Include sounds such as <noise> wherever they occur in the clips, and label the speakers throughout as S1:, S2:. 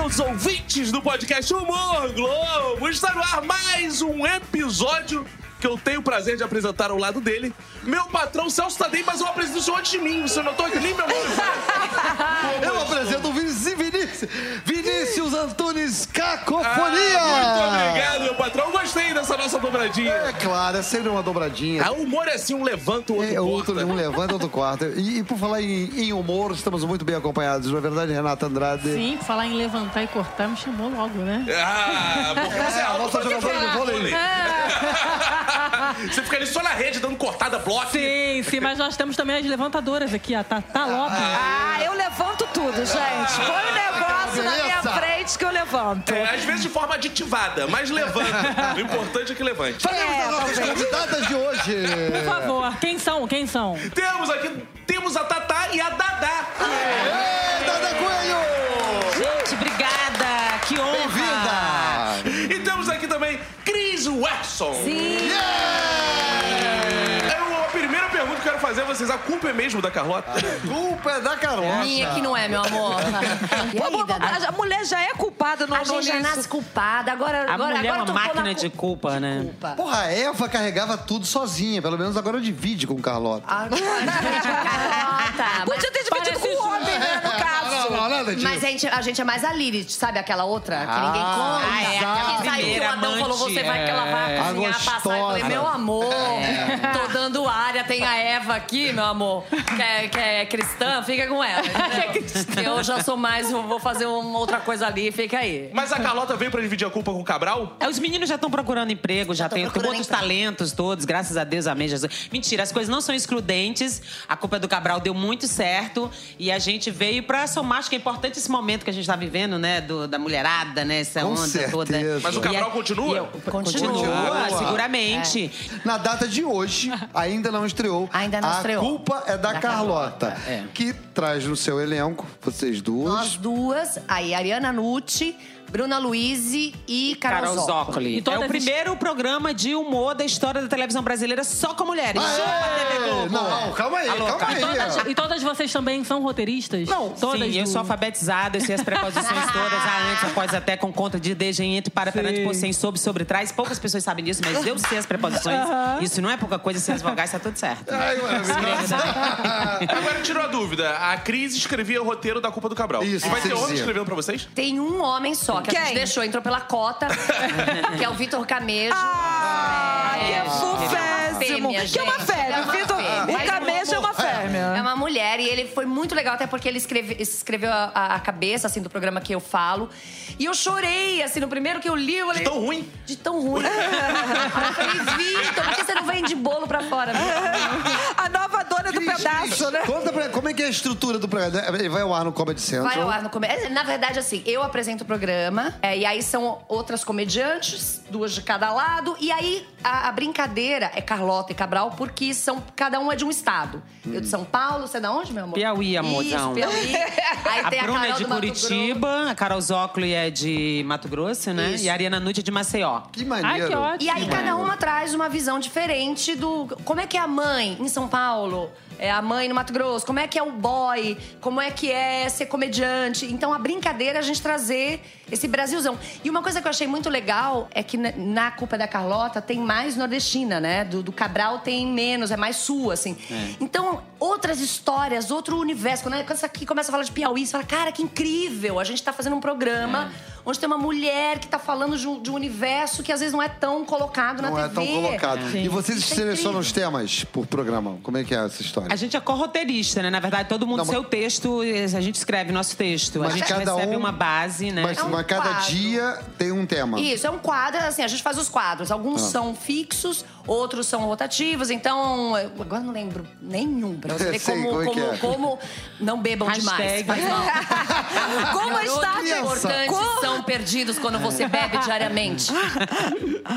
S1: aos ouvintes do podcast Humor Globo! Está no ar mais um episódio que eu tenho o prazer de apresentar ao lado dele. Meu patrão Celso Tadei, mas eu apresento o senhor antes de mim. Você não aqui nem meu nome.
S2: <laughs> Eu
S1: é.
S2: apresento o Vinici- Vinícius, Vinícius Antunes Cacofonia!
S1: Ah, Muito obrigado, meu patrão. Eu Gostei dessa nossa dobradinha.
S2: É claro, é sempre uma dobradinha.
S1: Ah, o humor é assim, um levanta, o outro
S2: É, outro,
S1: corta.
S2: um levanta, outro quarto. E, e por falar em, em humor, estamos muito bem acompanhados. Na verdade, Renata Andrade.
S3: Sim, falar em levantar e cortar me chamou logo, né?
S1: Ah,
S2: <laughs>
S1: porque você é
S2: a
S1: alto,
S2: nossa
S1: pode
S2: jogadora
S1: falar.
S2: de vôlei.
S1: <laughs> Você fica ali só na rede, dando cortada, bloco.
S3: Sim, sim, mas nós temos também as levantadoras aqui, a Tatá Lopes.
S4: Ah, eu levanto tudo, gente. Põe o negócio na minha
S2: beleza.
S4: frente que eu levanto.
S1: É, às vezes de forma aditivada, mas levanta. O importante é que levante.
S2: Falemos das nossas candidatas de hoje.
S3: Por favor, quem são? Quem são?
S1: Temos aqui, temos a Tatá e a Dadá.
S2: Ê, Dada Coelho!
S4: Gente, obrigada. Que
S5: Ah.
S2: Bem-vinda!
S1: E temos aqui também Cris Watson.
S4: Sim.
S2: Yeah!
S1: Eu- a primeira pergunta que eu quero fazer a vocês, a culpa é mesmo da Carlota?
S2: Culpa é da Carol.
S5: Minha que não é, meu
S6: <laughs>
S5: amor. E
S4: Pô,
S5: aí,
S4: pô,
S6: né?
S5: Dadá?
S4: a, a mulher já é culpada no
S5: A gente já
S4: no
S5: nasce
S4: lixo.
S5: culpada. Agora,
S6: A
S5: agora,
S6: mulher
S5: agora
S6: é uma
S5: tocou
S6: máquina
S5: na
S6: de
S5: cu-
S6: culpa, né?
S5: culpa.
S2: Porra, a Eva carregava tudo sozinha. Pelo menos agora divide com Carlota.
S5: Ah,
S6: <laughs>
S5: gente, Carlota, mas-
S4: Podia ter dividido com o homem, né, no
S2: Não, não,
S4: caso.
S2: não, nada disso.
S5: Mas a gente, a gente é mais a Lilith, sabe? Aquela outra que ninguém
S2: Ah,
S5: come.
S2: ah, é,
S5: aquela
S2: aquela
S5: que saiu que o
S6: primeira
S5: Adão
S6: amante,
S5: falou, você vai que
S6: é.
S5: ela vai
S2: A
S5: cozinhar, passar. Eu falei,
S2: gostosa.
S5: meu amor, tô dando área, tem a Eva aqui, meu amor, que é, que é cristã, fica com
S6: <laughs>
S5: ela.
S6: É
S5: entendeu? Eu já sou mais, eu vou fazer uma outra coisa ali, fica aí.
S1: Mas a Carlota veio pra dividir a culpa com o Cabral?
S6: É, Os meninos já estão procurando emprego, já,
S5: tão
S6: tem tem
S5: procurando
S6: outros
S5: emprego.
S6: talentos todos, graças a Deus, amém, Jesus. Mentira, as coisas não são excludentes. A culpa é do Cabral deu muito certo. E a gente veio pra somar, acho que é importante esse momento que a gente tá vivendo, né? do- da mulherada, né? Essa
S2: Com
S6: onda
S2: certeza.
S6: toda.
S1: Mas o
S6: E
S1: Cabral
S6: a-
S1: continua?
S6: e eu-
S5: Continua.
S6: continua,
S2: Continua.
S6: seguramente.
S2: Na data de
S5: <laughs>
S2: hoje, ainda não estreou.
S5: Ainda não
S2: a
S5: estreou.
S2: culpa é da,
S5: Da
S2: Carlota,
S5: Carlota,
S6: é.
S2: que traz no seu elenco vocês duas.
S5: Nós duas, aí Ariana Nucci, Bruna Luizzi e Carol,
S6: Carol
S5: Zó.
S6: Zócoli.
S3: E todas
S6: É o
S3: as-
S6: primeiro programa de humor da história da televisão brasileira só com mulheres.
S2: Aê!
S6: Chupa, TV Globo.
S2: Não, calma aí,
S6: Tá louca?
S2: calma aí. ó.
S3: E todas vocês também são roteiristas?
S6: Não,
S3: todas
S6: sim, eu
S3: do-
S6: sou alfabetizada, eu sei
S5: <laughs>
S6: as preposições todas, a antes, após, até, com conta de desde, em, entre, para, perante, por, sem, sobre, sobre, trás. Poucas pessoas sabem disso, mas eu sei as preposições. Isso não é pouca coisa, sem as vogais, tá tudo certo.
S2: Ai, maravilhosa.
S1: <laughs> Agora tirou a dúvida. A Cris escrevia o roteiro da culpa do Cabral.
S2: Isso,
S1: E vai
S2: sem
S1: ter homem
S2: dizer.
S1: escrevendo pra vocês?
S5: Tem um homem só que a gente
S4: Quem?
S5: deixou, entrou pela
S4: <laughs>
S5: cota, que é o Vitor Camejo.
S4: Ah, que é fufésimo.
S5: fêmea,
S4: Que é uma
S5: gente,
S4: fêmea.
S5: é uma
S4: Vitor,
S5: fêmea.
S4: o camejo é uma
S5: É
S4: fêmea.
S5: uma mulher e ele foi muito legal, até porque ele escreve- escreveu a- a, a cabeça, assim, do programa que eu falo. E eu chorei, assim, no primeiro que eu li, eu falei...
S1: Tão ruim.
S5: De tão
S4: <laughs>
S5: ruim. eu falei, Vitor, por que você não vende bolo pra fora?
S4: A nova dona
S6: um
S4: do pedaço, né?
S2: Conta pra como é que é a estrutura do programa. Ele vai ao ar no Comedy Central.
S5: Vai ao ar no começo. Na verdade, assim, eu apresento o programa, é, e aí são outras comediantes, duas de cada lado, e aí a, a brincadeira é Carlota e Cabral, porque são, cada um é de um estado. Eu de São Paulo, você é de onde, meu amor?
S6: Piauí,
S5: Isso,
S6: amorzão.
S5: Piauí. Aí
S6: A
S5: tem a
S6: Bruna é
S5: Carol
S6: de
S5: do Mato Grosso.
S6: Curitiba, a Carol Zócoli é de Mato Grosso, né?
S5: Isso.
S6: E a Ariana Nude é de Maceió.
S2: Que
S3: Ai,
S2: maneiro.
S3: que ótimo.
S5: E aí cada um uma traz uma visão diferente do como é que é a mãe em São Paulo, é a mãe no Mato Grosso, como é que é o boy, como é que é ser comediante. Então a brincadeira é a gente trazer esse Brasilzão. E uma coisa que eu achei muito legal é que na- na Culpa da Carlota tem mais nordestina, né? Do, do Cabral tem menos, é mais sul, assim. Então outras histórias, outro universo. Quando, quando isso aqui começa a falar de Piauí, você fala, cara, que incrível! A gente tá fazendo um programa onde tem uma mulher que tá falando de um, de um universo que às vezes não é tão colocado
S2: Não
S5: na
S2: é
S5: TV.
S2: tão colocado. E vocês
S5: Isso é
S2: selecionam
S5: incrível.
S2: os temas por programa? Como é que é essa história?
S6: A gente é corroteirista, né? Na verdade, todo mundo
S2: Não, mas-
S6: seu texto, a gente escreve nosso texto.
S2: Mas
S6: a gente
S2: cada
S6: recebe
S2: um-
S6: uma base, né?
S2: Mas,
S5: É um
S2: mas cada
S5: quadro.
S2: dia tem um tema.
S5: Isso, é um quadro, assim, a gente faz os quadros. Alguns
S2: Ah.
S5: são fixos, outros são rotativos. Então, eu agora não lembro nenhum,
S2: <laughs>
S5: pra você ver
S2: Sei
S5: como,
S2: como é que
S5: como-
S2: é.
S5: como não bebam
S6: Hashtag.
S5: demais. Faz mal.
S4: Como está
S5: Garotos importantes
S4: Como-
S5: são perdidos quando você bebe diariamente.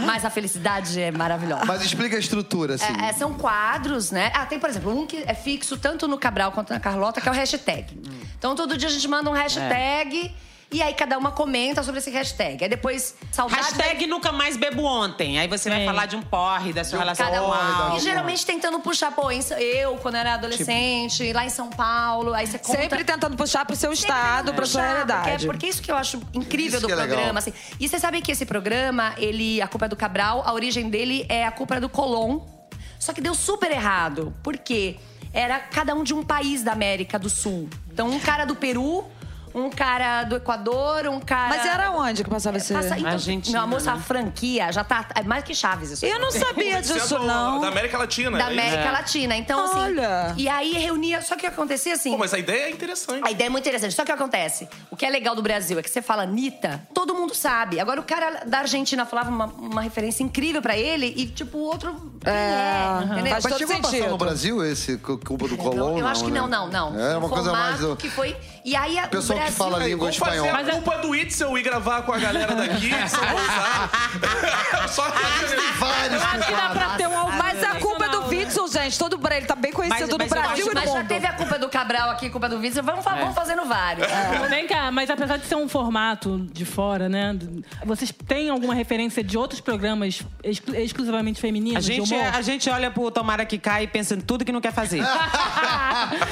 S5: Mas a felicidade é maravilhosa.
S2: Mas explica a estrutura, assim.
S5: É, é, são quadros, né? Ah, tem, por exemplo, um que é fixo tanto no Cabral quanto na Carlota, que é o hashtag. Então, todo dia a gente manda um hashtag. E aí cada uma comenta sobre esse hashtag. Aí depois, saudade...
S6: Hashtag nunca mais bebo ontem. Aí você vai
S3: É.
S6: falar de um porre, da sua relação.
S5: Cada um.
S6: Uau.
S5: E geralmente tentando puxar, pô, em- eu, quando era adolescente, lá em São Paulo, aí você conta...
S4: Sempre tentando puxar pro seu
S5: Sempre
S4: estado,
S5: tentando
S4: pra sua
S5: puxar,
S4: realidade.
S5: É. Porque, porque é isso que eu acho incrível
S2: Isso
S5: do
S2: que é legal.
S5: programa. assim. E você sabe que esse programa, ele, a culpa é do Cabral, a origem dele é a culpa é do Colom. Só que deu super errado. Por quê? Era cada um de um país da América do Sul. Então, um cara do Peru, um cara do Equador, um cara.
S4: Mas era onde que passava esse...
S5: Passa- então,
S6: Argentina,
S5: meu amor,
S6: né?
S5: essa franquia já tá. É mais que Chaves isso.
S4: Eu não sabia disso, não.
S1: Da América Latina. né?
S5: Da
S6: É.
S5: América Latina. Então, assim.
S4: Olha.
S5: E aí reunia. Só que acontecia assim.
S1: Pô, mas a ideia é interessante.
S5: A ideia é muito interessante. Só que o que acontece? O que é legal do Brasil é que você fala Anitta, todo mundo sabe. Agora o cara da Argentina falava uma, uma referência incrível pra ele e, tipo, o outro. quem é?
S4: aham.
S5: entendeu? tipo
S4: Faz
S2: Mas
S4: todo
S2: chegou a passar
S4: sentido.
S2: no Brasil esse cu- Cuba
S6: É,
S2: do Colón?
S5: eu acho que
S2: né?
S5: não, não, não.
S2: É uma
S5: O
S2: coisa mais do...
S5: formato que foi. E aí a, o
S2: Pessoal que
S5: Brasil-
S2: fala a língua
S1: Vamos fazer
S2: espanhola.
S1: a
S3: Mas é-
S1: culpa do Itzel e gravar com a galera daqui de São Gonçalo. Só que...
S2: Vários
S3: Acho que dá pra ter um almoço.
S4: Mas a culpa é
S3: nacional, né?
S4: do Witzel, gente. Todo bra- ele tá bem conhecido
S6: Mas- mas
S4: no
S6: eu
S4: Brasil
S6: acho-
S4: e no
S5: Mas já
S4: mundo.
S5: teve a culpa do Cabral aqui, culpa do Vitor. Vamos, fa- vamos fazendo vários.
S6: É.
S3: Vem cá, mas apesar de ser um formato de fora, né? d- Vocês têm alguma referência de outros programas exclu- exclusivamente femininos?
S6: A
S3: de
S6: gente, é-
S3: humor?
S6: a gente olha pro Tomara que cai e pensa em tudo que não quer
S4: <laughs>
S6: fazer.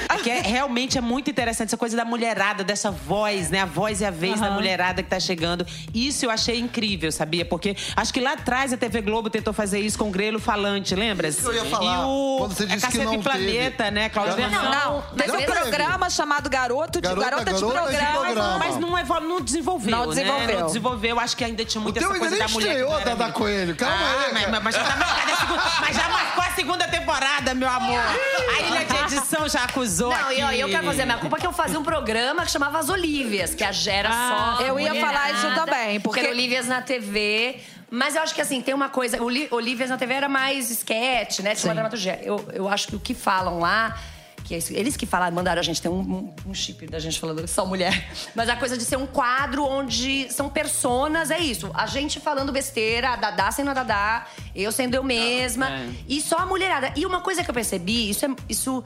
S6: Porque é- realmente é muito interessante essa coisa da mulherada, dessa voz, né? A voz e a vez da
S3: Aham.
S6: mulherada que tá chegando. Isso eu achei incrível, sabia? Porque acho que lá atrás a TV Globo tentou fazer isso com o Grelo Falante, lembras?
S2: Isso que eu ia falar,
S6: E o
S2: quando você disse que
S6: a Cacete
S2: não
S6: Planeta,
S2: teve.
S6: né? Cláudio
S2: Não,
S6: Versão.
S4: Não, teve
S2: Não
S4: um
S2: teve.
S4: programa chamado Garoto de,
S2: Garota-
S4: Garota, de
S2: Garota de
S4: Programa.
S2: Programa.
S6: Mas não, evol... não desenvolveu.
S4: Não
S6: né?
S4: desenvolveu.
S6: Não desenvolveu. Acho que ainda tinha
S2: O
S6: muita
S2: teu
S6: essa
S2: ainda
S6: coisa
S2: Então, nem
S6: da mulher. que não
S2: estreou, Dada
S6: era
S2: né?
S6: bonita.
S2: Coelho. Calma
S6: Ah,
S2: aí.
S6: mas,
S2: cara.
S6: mas- mas já tá marcada a segunda, mas já marcou a segunda temporada, meu amor. A ilha é de edição já acusou.
S5: Não,
S6: aqui.
S5: e eu, eu quero fazer a minha culpa é que eu fazia um programa que chamava As Olívias, que a Gera Ah, só.
S4: eu ia
S5: mulherada,
S4: falar isso também, porque-
S5: que era Olívias na TV. Mas eu acho que assim, tem uma coisa. Oli- Olívias na TV era mais esquete, né? Tinha uma dramaturgia. Eu, eu acho que o que falam lá. Que é isso- eles que falaram, mandaram a gente ter um, um- um chip da gente falando que só mulher. Mas a coisa de ser um quadro onde são personas, é isso. A gente falando besteira, a Dadá sendo a Dadá, eu sendo eu mesma.
S6: É.
S5: E só a mulherada. E uma coisa que eu percebi, isso é. Isso,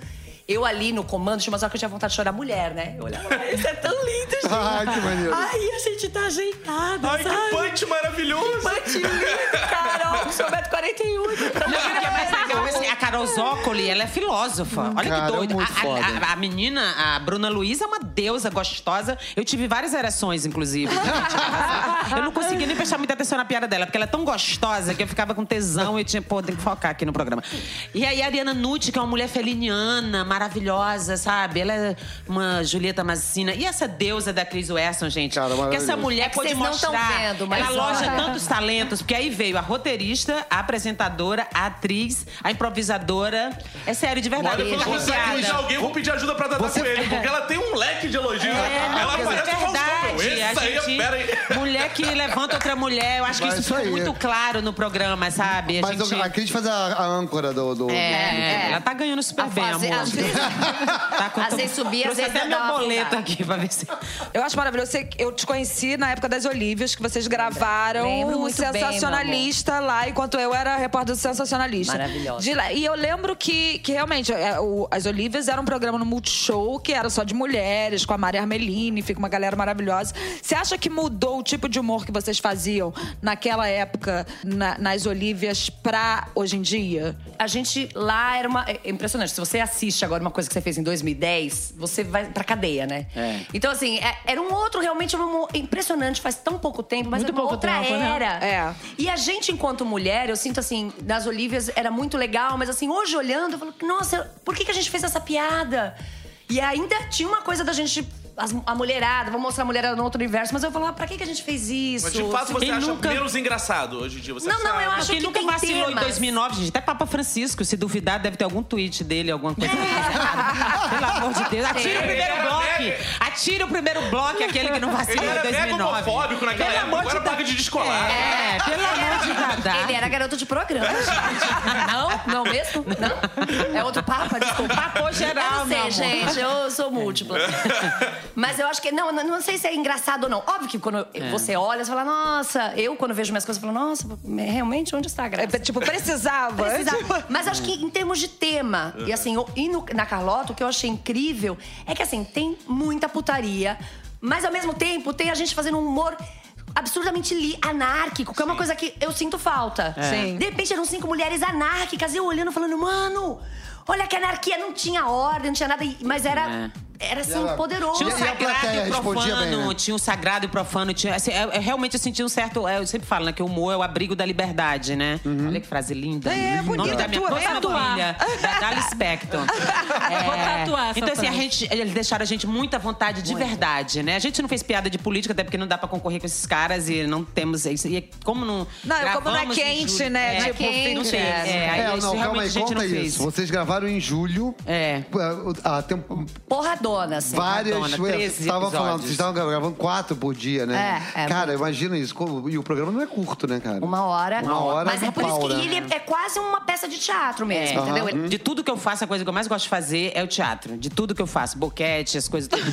S5: eu ali no comando, tinha umas horas que eu tinha vontade de chorar mulher, né? Eu olhava, "Ai, isso é tão lindo, gente.
S2: <laughs> Ai, que maneiro.
S6: Ah,
S5: Ai, a gente tá ajeitada.
S3: né?
S1: Ai, que
S5: sabe?
S1: punch maravilhoso.
S5: Pante lindo, Carol, com seu metro 48.
S6: Não, e o que é mais legal, assim, a Carol Zócoli, ela é filósofa. Olha
S2: Cara,
S6: que doido.
S2: é muito
S6: A- a,
S2: foda.
S6: a- a menina, a Bruna Luiz, é uma deusa gostosa. Eu tive várias ereções, inclusive. <laughs> eu não conseguia nem prestar muita atenção na piada dela, porque ela é tão gostosa que eu ficava com tesão e eu tinha, pô, tem que focar aqui no programa. E aí a Ariana Nutti, que é uma mulher feliniana, maravilhosa, sabe? Ela é uma Julieta Massina. E essa deusa da Cris Wesson, gente?
S2: Cara,
S6: que essa
S2: maravilhoso.
S6: mulher
S5: É que
S6: pôde
S5: vocês não tão
S6: mostrar.
S5: vendo, mas tá
S6: ela aloja
S5: olha.
S6: tantos talentos, porque aí veio a roteirista, a apresentadora, a atriz, a improvisadora. É sério, de verdade.
S1: Olha,
S6: eu
S1: quando
S6: fico
S1: você acusar
S6: arrepiada.
S1: alguém, eu vou um pedir ajuda pra Dadá Coelho, porque ela tem um leque de elogios.
S6: É,
S1: ela
S6: não, mas
S1: parece
S6: é
S1: um Faustão. meu.
S6: verdade.
S1: Esse
S6: A
S1: aí, é-
S6: gente,
S1: pera aí.
S6: mulher que levanta outra mulher, eu acho que
S2: Mas
S6: isso
S2: isso
S6: ficou
S2: aí.
S6: muito claro no programa, sabe? A
S2: Mas
S6: gente...
S2: eu- a Cris faz a, a âncora do... do-
S6: É, é, ela tá ganhando super
S5: A
S6: bem,
S5: fase-
S6: amor.
S5: às vezes-
S6: tá com-
S5: às vezes subia, às
S6: Trouxe
S5: vezes é
S6: até
S5: dá
S6: meu
S5: uma
S6: boleto
S5: afundada.
S6: aqui pra ver se...
S4: Eu acho maravilhoso. Você- Eu te conheci na época das Olívias, que vocês gravaram
S5: Lembro
S4: o
S5: muito bem,
S4: Sensacionalista lá, enquanto eu era repórter do Sensacionalista.
S5: Maravilhosa.
S4: De lá- E eu lembro que, que realmente, é, o- as Olívias era um programa no Multishow que era só de mulheres, com a Maria Armelini, fica uma galera maravilhosa. Você acha que mudou o tipo de humor que vocês faziam naquela época, na- nas Olívias, pra hoje em dia?
S5: A gente lá era uma. É impressionante. Se você assiste agora uma coisa que você fez em 2010, você vai pra cadeia, né?
S6: É.
S5: Então, assim, é- era um outro realmente um, impressionante, faz tão pouco tempo, mas
S3: Muito
S5: era uma
S3: pouco
S5: outra
S3: tempo, né?
S5: era.
S4: É.
S5: E a gente, enquanto mulher, eu sinto assim, nas Olívias era muito legal, mas assim, hoje olhando, eu falo, nossa, por que, que a gente fez essa piada? E ainda tinha uma coisa da gente. as- a mulherada, vamos mostrar a mulherada no outro universo, mas eu falo, ah, pra que, que a gente fez isso?
S1: Mas de fato você
S6: Quem
S1: acha
S6: nunca-
S1: menos engraçado hoje em dia. Você
S5: Não,
S1: acha-
S5: não, eu acho
S6: Quem
S5: que
S6: nunca
S5: tem
S6: vacilou em
S5: temas.
S6: 2009, gente? Até Papa Francisco, se duvidar, deve ter algum tweet dele, alguma
S5: É.
S6: coisa. Pelo amor de Deus. Atira o
S1: Ele
S6: primeiro
S1: era
S6: bloco.
S1: mega-
S6: Atira o primeiro bloco, aquele que não vacilou
S1: Ele
S6: em
S1: era mega
S6: 2009.
S1: homofóbico naquela
S6: Pelo
S1: época,
S6: amor
S1: agora
S6: de Deus.
S1: paga de descolar.
S6: É, pelo amor de Dadá.
S5: Ele é era garoto de
S6: <laughs>
S5: programa, gente. Não? Não mesmo? Não? É outro papa? Desculpa. Papo Eu não
S6: geral,
S5: sei,
S6: meu amor.
S5: gente. Eu sou múltipla. Mas eu acho que... Não, não não sei se é engraçado ou não. Óbvio que quando
S6: É.
S5: você olha, você fala... Nossa... Eu, quando vejo minhas coisas, falo... Nossa, realmente, onde está a
S4: É,
S5: graça?
S4: tipo, precisava.
S5: Precisava. Mas acho que em termos de tema, é e assim, eu- e no- na Carlota, o que eu achei incrível é que assim, tem muita putaria. Mas ao mesmo tempo, tem a gente fazendo um humor absurdamente li- anárquico, que é uma coisa que eu sinto falta.
S4: Sim.
S5: De repente eram cinco mulheres anárquicas, eu olhando falando, mano, olha que anarquia, não tinha ordem, não tinha nada, e- mas era, era assim,
S2: Ela-
S5: poderoso.
S2: E
S6: Tinha um
S2: a- e a
S6: sagrado
S2: plateia
S6: e o
S2: respondia
S6: profano,
S2: bem, né?
S6: tinha um sagrado e profano. Tinha, assim, é- é- realmente eu senti um certo. é, Eu sempre falo, né? Que o humor é o abrigo da liberdade, né?
S2: Uhum.
S6: Olha que frase linda.
S4: É,
S6: O nome
S4: bonita,
S6: da minha
S4: tua-
S6: vou
S4: é,
S3: tatuar.
S6: filha, da Dali
S4: <laughs>
S6: Spector.
S3: Vou tatuar essa
S6: Então, assim, a
S3: frase.
S6: gente, eles deixaram a gente muita vontade de verdade, né? A gente não fez piada de política, até porque não dá pra concorrer com esses caras e não temos. isso. E como não.
S4: Não, eu como
S6: gravamos
S4: na
S6: em
S4: quente,
S6: julho-
S4: né?
S6: É,
S4: tipo,
S5: quente,
S6: não fez.
S4: né?
S6: É, aí
S2: É,
S6: isso
S2: não, calma
S6: realmente a
S2: aí,
S6: gente
S2: conta
S6: não
S2: isso.
S6: fez.
S2: Vocês gravaram em julho.
S6: É.
S2: Ah, ah, tem
S5: Porradona, assim.
S2: várias.
S6: Madonna,
S2: ué,
S6: 13
S2: tava
S6: episódios.
S2: falando, vocês estavam gravando quatro por dia, né?
S5: É, é
S2: cara, imagina isso. como- E o programa não é curto, né, cara?
S5: Uma hora.
S2: Uma hora
S5: Mas é
S2: no
S5: por isso
S2: pau,
S5: que
S2: né?
S5: ele é quase uma peça de teatro mesmo,
S6: É.
S5: entendeu? Ele-
S6: De tudo que eu faço, a coisa que eu mais gosto de fazer é o teatro. De tudo que eu faço, boquete, as
S5: <laughs>
S6: coisas tudo.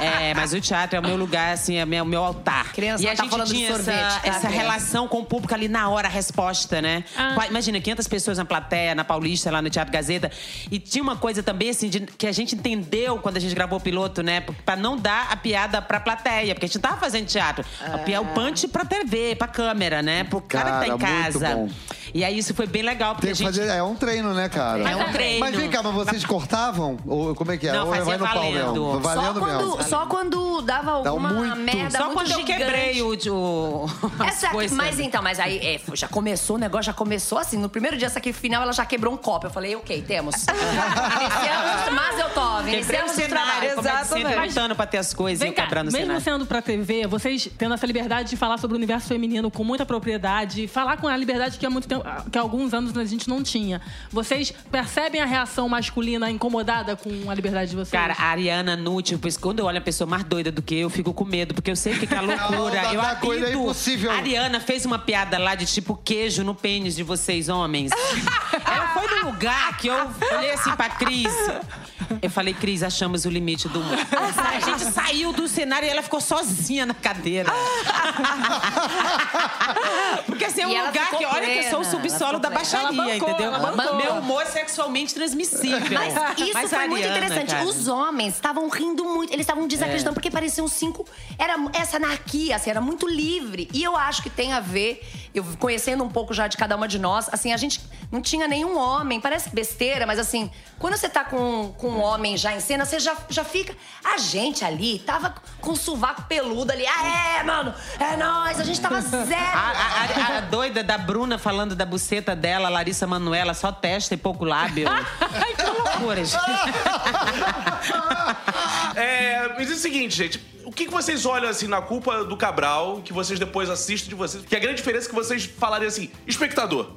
S6: É, mas o teatro é o meu lugar, assim, é o meu- o meu altar.
S5: Criança,
S6: e a
S5: ela tá
S6: gente
S5: falando de
S6: tinha
S5: sorvete,
S6: essa,
S5: tá,
S6: essa
S5: criança?
S6: relação com o público ali na hora, a resposta, né?
S3: Ah.
S6: Qua- Imagina, 500 pessoas na plateia, na Paulista, lá no Teatro Gazeta. E tinha uma coisa também, assim, de- que a gente entendeu quando a gente gravou o piloto, né? Pra não dar a piada pra plateia, porque a gente não tava fazendo teatro. A
S5: Ah.
S6: piada, o punch pra TV, pra câmera, né? Pro cara, que tá em
S2: Cara, muito
S6: casa.
S2: bom.
S6: E aí isso foi bem legal, porque
S2: Tem
S6: a
S2: que
S6: gente.
S2: fazer, é um treino, né, cara?
S6: É um treino.
S2: Mas vem cá, mas vocês cortavam? Ou como é que é?
S6: Não,
S2: Ou
S6: fazia
S2: vai no pau mesmo?
S6: valendo.
S5: Só
S2: Valendo mesmo.
S5: quando, só quando dava
S2: Dá
S5: alguma
S2: muito.
S5: merda
S6: Só
S5: muito
S6: quando eu
S5: gigante.
S6: quebrei o. o as
S5: Essa,
S6: coisas.
S5: mas então, mas aí é, já começou o negócio, já começou assim. No primeiro dia, essa aqui final, ela já quebrou um copo. Eu falei, ok,
S6: <laughs>
S5: temos. iniciamos, mas eu tomo.
S6: Quebrei o
S5: Iniciamos o
S6: cenário,
S5: trabalho.
S6: como é que sempre
S3: Exatamente.
S6: lutando pra ter as coisas e
S3: Vem
S6: eu
S3: cá,
S6: Assim, quebrando o
S3: mesmo
S6: cenário.
S3: sendo pra TV, vocês tendo essa liberdade de falar sobre o universo feminino com muita propriedade, falar com a liberdade que há muito tempo, ah, que há alguns anos a gente não tinha. Vocês percebem a reação masculina incomodada com a liberdade de vocês?
S6: Cara, a Ariana Nutti, por isso, quando eu olho a pessoa mais doida do que eu, eu fico com medo, porque eu sei que é
S3: <laughs>
S6: aquela loucura.
S2: onda
S6: eu
S2: da coisa é
S6: apito.
S2: impossível.
S6: A Ariana fez uma piada lá de tipo queijo no pênis de
S3: <laughs>
S6: vocês, homens. Ela foi no lugar que eu falei assim pra Cris. Eu falei, Cris, achamos o limite do mundo.
S3: <laughs>
S6: A gente saiu do cenário e ela ficou sozinha na cadeira. Porque assim, é
S5: E
S6: um
S5: ela
S6: lugar
S5: ficou
S6: que, olha, que eu sou o
S5: plena, ela
S6: subsolo
S5: ficou
S6: da
S5: plena.
S6: baixaria,
S3: Ela bancou,
S6: entendeu?
S3: ela bancou.
S6: Meu humor é sexualmente transmissível.
S5: Mas isso
S6: É. Mas a
S5: foi muito
S6: Ariana,
S5: interessante.
S6: cara. É.
S5: Os homens estavam rindo muito, eles estavam desacreditando, porque pareciam cinco. Era essa anarquia, assim, era muito livre. E eu acho que tem a ver, eu conhecendo um pouco já de cada uma de nós, assim, a gente não tinha nenhum homem, parece besteira, mas assim, quando você tá com, com um homem já em cena, você já, já fica. A gente ali tava com o sovaco peludo ali. Ah, é, mano, é nóis, a gente
S6: <laughs>
S5: tava zero.
S6: A, a- a- a doida da Bruna falando da buceta dela, a Larissa Manuela, só testa e pouco lábio. Ai, que loucura, gente.
S1: É, me diz o seguinte, gente. O que, que vocês olham assim na culpa do Cabral, que vocês depois assistem de vocês? Que a grande diferença é que vocês falariam assim, espectador.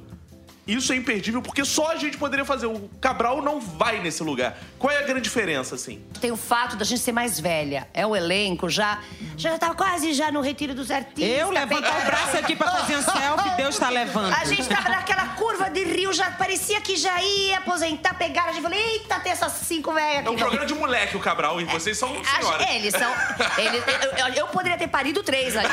S1: Isso é imperdível porque só a gente poderia fazer. O Cabral não vai nesse lugar. Qual é a grande diferença, assim?
S5: Tem o fato da gente ser mais velha. É o elenco já. Já tá quase já no retiro dos artistas.
S6: Eu levantar o braço aqui pra fazer um selfie, Deus tá levando.
S5: Tá A gente tava naquela curva de rio, já parecia que já ia aposentar, pegaram. A gente falou: eita, tem essas cinco velhas
S1: É
S5: aqui.
S1: um programa de moleque, o Cabral, e vocês são um
S5: A gente-
S1: senhoras.
S5: é, eles são. eles- eu, eu- eu poderia ter parido três
S6: <laughs>
S5: ali.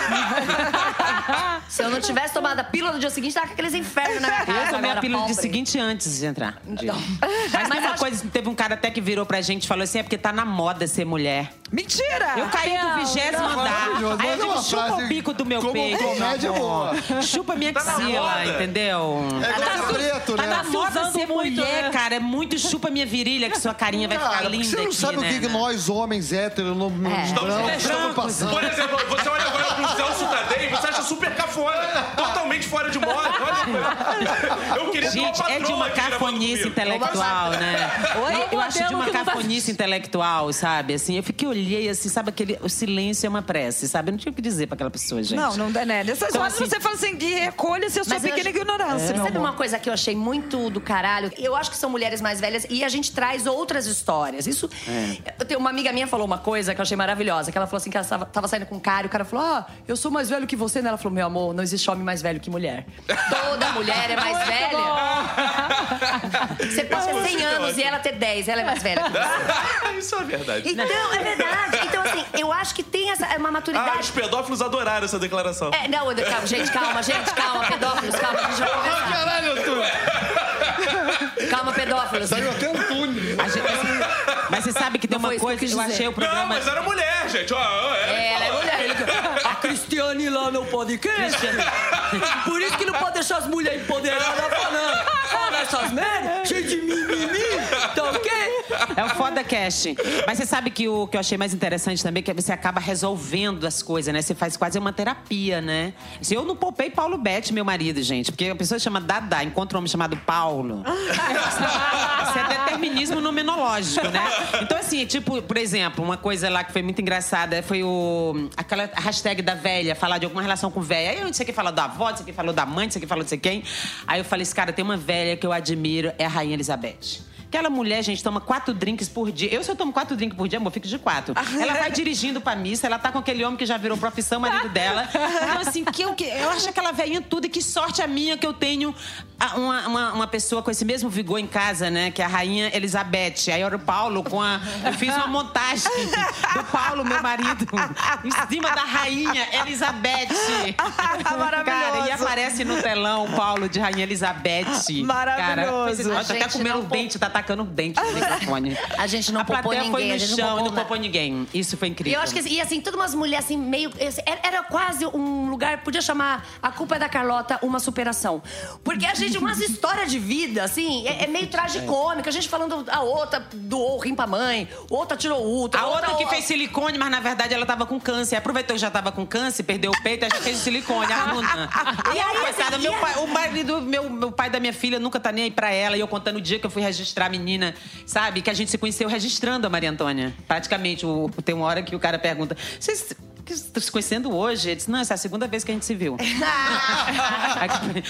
S5: Se eu não tivesse tomado a pílula no dia seguinte, tava com aqueles infernos na minha cara.
S6: Eu tomei a
S5: Agora,
S6: pílula de
S5: pobre.
S6: seguinte antes de entrar.
S5: Então.
S6: Mas,
S5: Mas
S6: tem uma
S5: acho-
S6: coisa, teve um cara até que virou pra gente e falou assim: é porque tá na moda ser mulher.
S4: <laughs> Mentira!
S6: Eu caí do
S3: Não,
S6: vigésimo
S2: não.
S6: andar.
S2: Maravilhoso.
S6: Aí eu
S2: Mas é uma
S6: digo, chupa
S2: frase
S6: o bico do meu
S2: como
S6: peito.
S2: comédia
S6: meu amor. Chupa minha
S1: Tá na
S6: axila,
S1: moda.
S6: entendeu?
S2: É igual o preto,
S6: Tá
S2: né?
S6: na
S3: se
S6: moda
S3: usando
S6: ser
S3: muito,
S6: mulher,
S3: né?
S6: cara. É muito chupa minha virilha, que sua carinha vai ficar
S2: Cara, porque
S6: linda
S2: você não
S6: aqui,
S2: sabe o
S6: né?
S2: que, que nós, homens héteros, não,
S5: É.
S2: brancos, estamos passando.
S1: Por exemplo, você olha agora pro Celso Tadei e você acha super cafona, totalmente fora de moda. Olha, eu queria ter uma
S6: Gente,
S1: patroa
S6: é de uma
S1: aqui gravando
S6: cafonice
S1: comigo.
S6: intelectual, né?
S3: Oi?
S6: Eu acho de
S3: Modelo
S6: uma
S3: que não faz-
S6: cafonice intelectual, sabe? Assim, eu fiquei olhei assim, sabe aquele. O silêncio é uma prece, sabe? Eu não tinha o que dizer pra aquela pessoa, gente.
S4: Não, não dá, né? Nessas
S6: Então,
S4: horas
S6: assim-
S4: você fala assim, Gui, recolha-se a sua
S5: Mas eu
S4: pequena
S5: acho- É.
S4: ignorância,
S5: Você
S4: meu
S5: sabe
S4: amor.
S5: uma coisa que eu achei muito do caralho? Eu acho que são mulheres mais velhas e a gente traz outras histórias. Isso. Eu tenho uma amiga minha falou uma coisa que eu achei maravilhosa, que ela falou assim que ela tava, tava saindo com um cara, e o cara falou: "Ah, eu sou mais velho que você". né? Ela falou: "Meu amor, não existe homem mais velho que mulher. Toda mulher é mais velha". Você pode ter 100 anos e ela ter 10, ela é mais velha. que você.
S1: <laughs> Isso é verdade.
S5: Então, é verdade. Então assim, eu acho que tem essa é
S1: Ah,
S5: uma
S1: os
S5: maturidade
S1: pedófilos adoraram essa declaração.
S5: é, não, calma, gente, calma, gente, calma, pedófilos, calma, a gente vai começar.
S2: Caralho, tu...
S5: Calma, pedófilos.
S2: Saiu até um túnel.
S6: A gente- Mas você sabe que tem
S4: Não
S6: uma
S4: foi isso que eu
S6: coisa
S4: quis
S6: eu
S4: dizer.
S6: achei o
S1: Não,
S6: programa.
S1: mas era mulher, gente. Ó, ó, era
S4: É, ela
S6: <laughs>
S4: é mulher.
S7: A Cristiane lá no podcast. Por isso que não pode deixar as mulheres empoderadas falando. Fala essas merdas, cheio de mimimi. Tá ok?
S6: É o foda cast. Mas você sabe que o que eu achei mais interessante também é que você acaba resolvendo as coisas, né? Você faz quase uma terapia, né? Se eu não poupei Paulo Betti, meu marido, gente, porque a pessoa chama Dada, encontra um homem chamado Paulo.
S4: Ah,
S6: Isso é determinismo nomenológico, né? Então, assim, tipo, por exemplo, uma coisa lá que foi muito engraçada foi o. aquela hashtag da velha, falar de alguma relação com velha. Aí você que fala da avó, você que falou da mãe, você que falou de sei quem. Aí eu falei, esse cara, tem uma velha que eu admiro, é a Rainha Elizabeth. Aquela mulher, gente, toma quatro drinks por dia. Eu, se eu tomo quatro drinks por dia, amor, eu fico de quatro. Ela vai dirigindo pra missa, ela tá com aquele homem que já virou profissão, marido dela. Então, assim, que eu, que, eu acho aquela velhinha tudo e que sorte a minha que eu tenho a- uma, uma, uma pessoa com esse mesmo vigor em casa, né? Que é a rainha Elizabeth. Aí era o Paulo com a. Eu fiz uma montagem do Paulo, meu marido, em cima da rainha Elizabeth. Cara, e
S4: Maravilhoso.
S6: aparece no telão o Paulo de Rainha Elizabeth. Cara,
S4: Maravilhoso.
S6: coisa-
S5: A
S6: nossa, até
S5: gente
S6: comendo
S5: não
S6: o dente, tá atacando o dente no microfone.
S5: A gente não
S6: a plateia
S5: popou
S6: foi
S5: ninguém, a
S6: no
S5: gente não
S6: chão e
S5: popou
S6: não
S5: nada.
S6: popou ninguém. Isso foi
S5: E
S6: incrível.
S5: eu acho que, e assim, todas umas mulheres assim, meio. assim, Era, era quase um lugar, podia chamar A Culpa é da Carlota uma superação. Porque a gente, umas histórias de vida, assim, é, é meio tragicômica. A gente falando, a outra doou o rim pra mãe, outra tirou é o útero.
S6: A outra que
S5: ó, <laughs>
S6: fez silicone, mas na verdade ela tava com câncer. Aproveitou que já tava com câncer, perdeu o peito, aí já fez o silicone, a
S5: <laughs>
S6: aluna. E aí, coitada, meu pai, o marido, meu, meu pai da minha filha nunca tá nem aí pra ela. E eu contando o dia que eu fui registrar a menina, sabe? Que a gente se conheceu registrando a Maria Antônia. Praticamente, o- tem uma hora que o cara pergunta, vocês que estão se conhecendo hoje? Ele disse, não, essa é a segunda vez que a gente
S5: <laughs>
S6: se viu.
S5: Ah,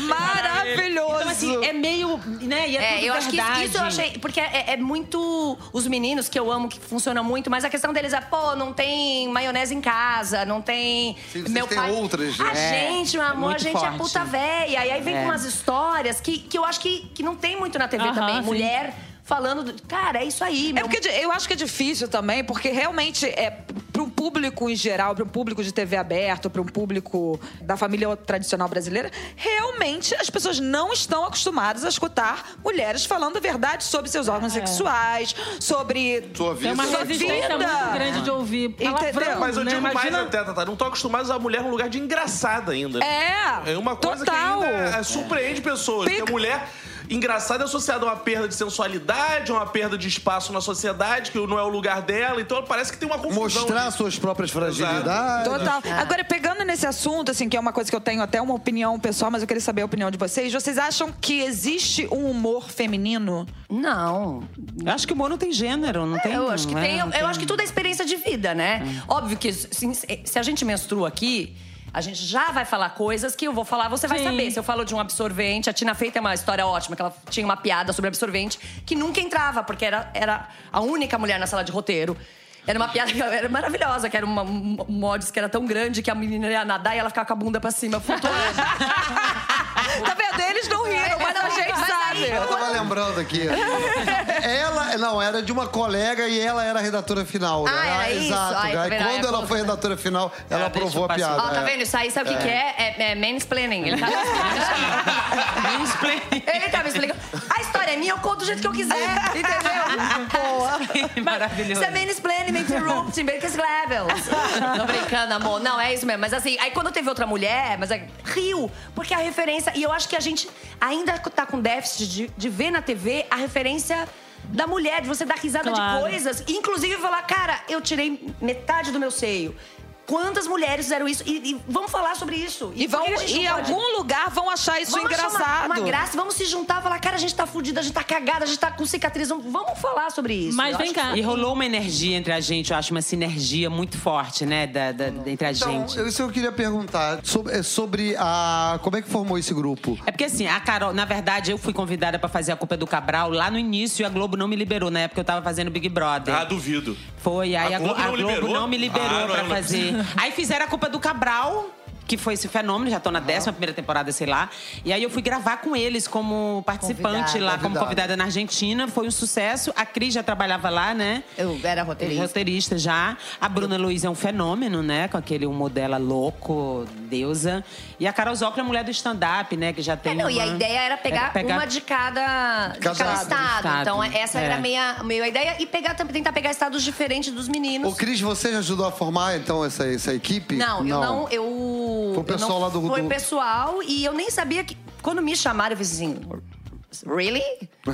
S4: Maravilhoso.
S6: Então, assim, é meio, né? E é,
S5: É,
S6: tudo
S5: eu acho que isso,
S6: verdade.
S5: isso eu achei. Porque é, é muito. Os meninos que eu amo, que funcionam muito, mas a questão deles é, pô, não tem maionese em casa, não tem.
S2: Sim, vocês têm outras,
S5: A
S6: né?
S5: gente, meu amor, a
S6: muito
S5: gente é
S6: forte.
S5: puta véia. E aí vem
S6: É.
S5: com umas histórias que, que eu acho que, que não tem muito na TV
S3: Aham,
S5: também.
S3: sim.
S5: Mulher falando. do- Cara, é isso aí,
S4: É
S5: meu.
S4: porque di- eu acho que é difícil também, porque realmente é para um público em geral, para um público de TV aberto, para um público da família tradicional brasileira, realmente as pessoas não estão acostumadas a escutar mulheres falando a verdade sobre seus órgãos sexuais, sobre
S2: Sua vida.
S3: Tem É uma
S4: Sua
S1: é
S3: resistência
S4: vida.
S3: muito grande de ouvir.
S4: Entendeu?
S3: Palavrão,
S1: Mas eu
S3: né?
S1: digo mais
S3: Imagina-
S1: até, Tatá. Não tô acostumado a usar a mulher num lugar de engraçada ainda.
S4: É,
S1: É uma coisa
S4: total.
S1: que ainda é, surpreende pessoas.
S4: Pica-
S1: Porque a mulher engraçada é associada a uma perda de sensualidade, a uma perda de espaço na sociedade, que não é o lugar dela. Então parece que tem uma confusão.
S2: Mostrar
S1: ali.
S2: suas próprias fragilidades.
S4: Total.
S5: É.
S4: Agora, pegando nesse assunto, assim, que é uma coisa que eu tenho até uma opinião pessoal, mas eu queria saber a opinião de vocês. Vocês acham que existe um humor feminino?
S5: Não.
S6: Eu acho que o humor não tem gênero, não tem.
S5: Eu acho que
S6: é,
S5: tem.
S6: não
S5: Eu acho que tudo é experiência de vida, né? Óbvio que se, se a gente menstrua aqui. A gente já vai falar coisas que eu vou falar, você vai
S3: Sim.
S5: saber. Se eu falo de um absorvente, a Tina Fey tem uma história ótima, que ela tinha uma piada sobre absorvente que nunca entrava, porque era, era a única mulher na sala de roteiro. Era uma piada que era maravilhosa, que era uma, um mods que era tão grande que a menina ia nadar e ela ficava com a bunda pra cima, flutuando.
S4: Tá vendo? Eles não riram, mas a gente sabe.
S2: Eu tava lembrando aqui. Ela, não, era de uma colega e ela era a redatora final. né?
S5: Ah, era
S2: Ela-
S5: isso?
S2: Exato.
S5: Ai, tá
S2: aí
S5: vendo?
S2: quando
S5: Ai,
S2: ela
S5: pô.
S2: foi redatora final, ela
S6: Ah,
S2: aprovou a
S6: deixa eu
S2: piada.
S5: Ó, tá
S2: é.
S5: vendo? Isso aí sabe o que, que é? É, é mansplaining. Ele tá me explicando.
S6: <laughs> Mansplaining.
S5: Ele tá me explicando. A história é minha, eu conto do jeito que eu quiser, entendeu? É. Boa.
S6: Maravilhoso.
S5: Isso é mansplaining, me interrupting, because levels. Tô brincando, amor. Não, é isso mesmo. Mas assim, aí quando teve outra mulher, mas aí, riu, porque a referência... E eu acho que a gente ainda tá com déficit de, de ver na TV a referência... Da mulher, de você dar risada
S3: Claro.
S5: de coisas. Inclusive falar, cara, eu tirei metade do meu seio. Quantas mulheres fizeram isso? E, e vamos falar sobre isso.
S4: E,
S5: por
S4: vão,
S5: que a gente
S4: e em
S5: não pode?
S4: algum lugar vão achar isso
S5: Vamos achar
S4: engraçado.
S5: Uma, uma graça, vamos se juntar e falar, cara, a gente tá fudida, a gente tá cagada, a gente tá com cicatriz. Vamos- Vamos falar sobre isso.
S3: Mas
S5: Eu
S3: vem
S5: acho
S3: cá.
S6: E rolou uma energia entre a gente, eu acho, uma sinergia muito forte, né? Da, da- entre a
S2: Então,
S6: gente.
S2: eu- isso eu queria perguntar sobre, é sobre a. Como é que formou esse grupo?
S6: É porque assim, a Carol, na verdade, eu fui convidada pra fazer a culpa é do Cabral lá no início e a Globo não me liberou, na época eu tava fazendo Big Brother.
S1: Ah, duvido.
S6: Foi, aí
S1: A
S6: a, Glo-
S1: Globo
S6: a
S1: não
S6: Globo
S1: liberou?
S6: não me liberou
S1: Ah, não,
S6: <laughs> pra
S1: eu não-
S6: fazer. Aí fizeram a culpa do é Cabral. que foi esse fenômeno, já tô na décima primeira temporada, sei lá. E aí eu fui gravar com eles como participante
S5: Convidada.
S6: lá, como
S2: Convidada.
S6: convidada na Argentina. Foi um sucesso. A Cris já trabalhava lá, né?
S5: Eu era roteirista.
S6: Roteirista já. A Bruna Luiz é um fenômeno, né? Com aquele humor dela louco, deusa. E a Carol Zócoli é a mulher do stand-up, né? Que já tem.
S5: É, não, e a
S6: uma-
S5: ideia era pegar, uma de cada, de
S2: Cada
S5: cada,
S2: estado.
S5: estado.
S6: Estado.
S5: Então, essa
S6: É.
S5: era meio, meio a ideia. E pegar, também tentar pegar estados diferentes dos meninos.
S2: Ô, Cris, você já ajudou a formar, então, essa, essa equipe?
S5: Não, eu não. Eu,
S2: Foi o
S5: eu
S2: pessoal
S5: não-
S2: lá do-
S5: Foi
S2: do-
S5: pessoal e eu nem sabia que. Quando me chamaram, eu fiz assim. Really?
S2: <laughs>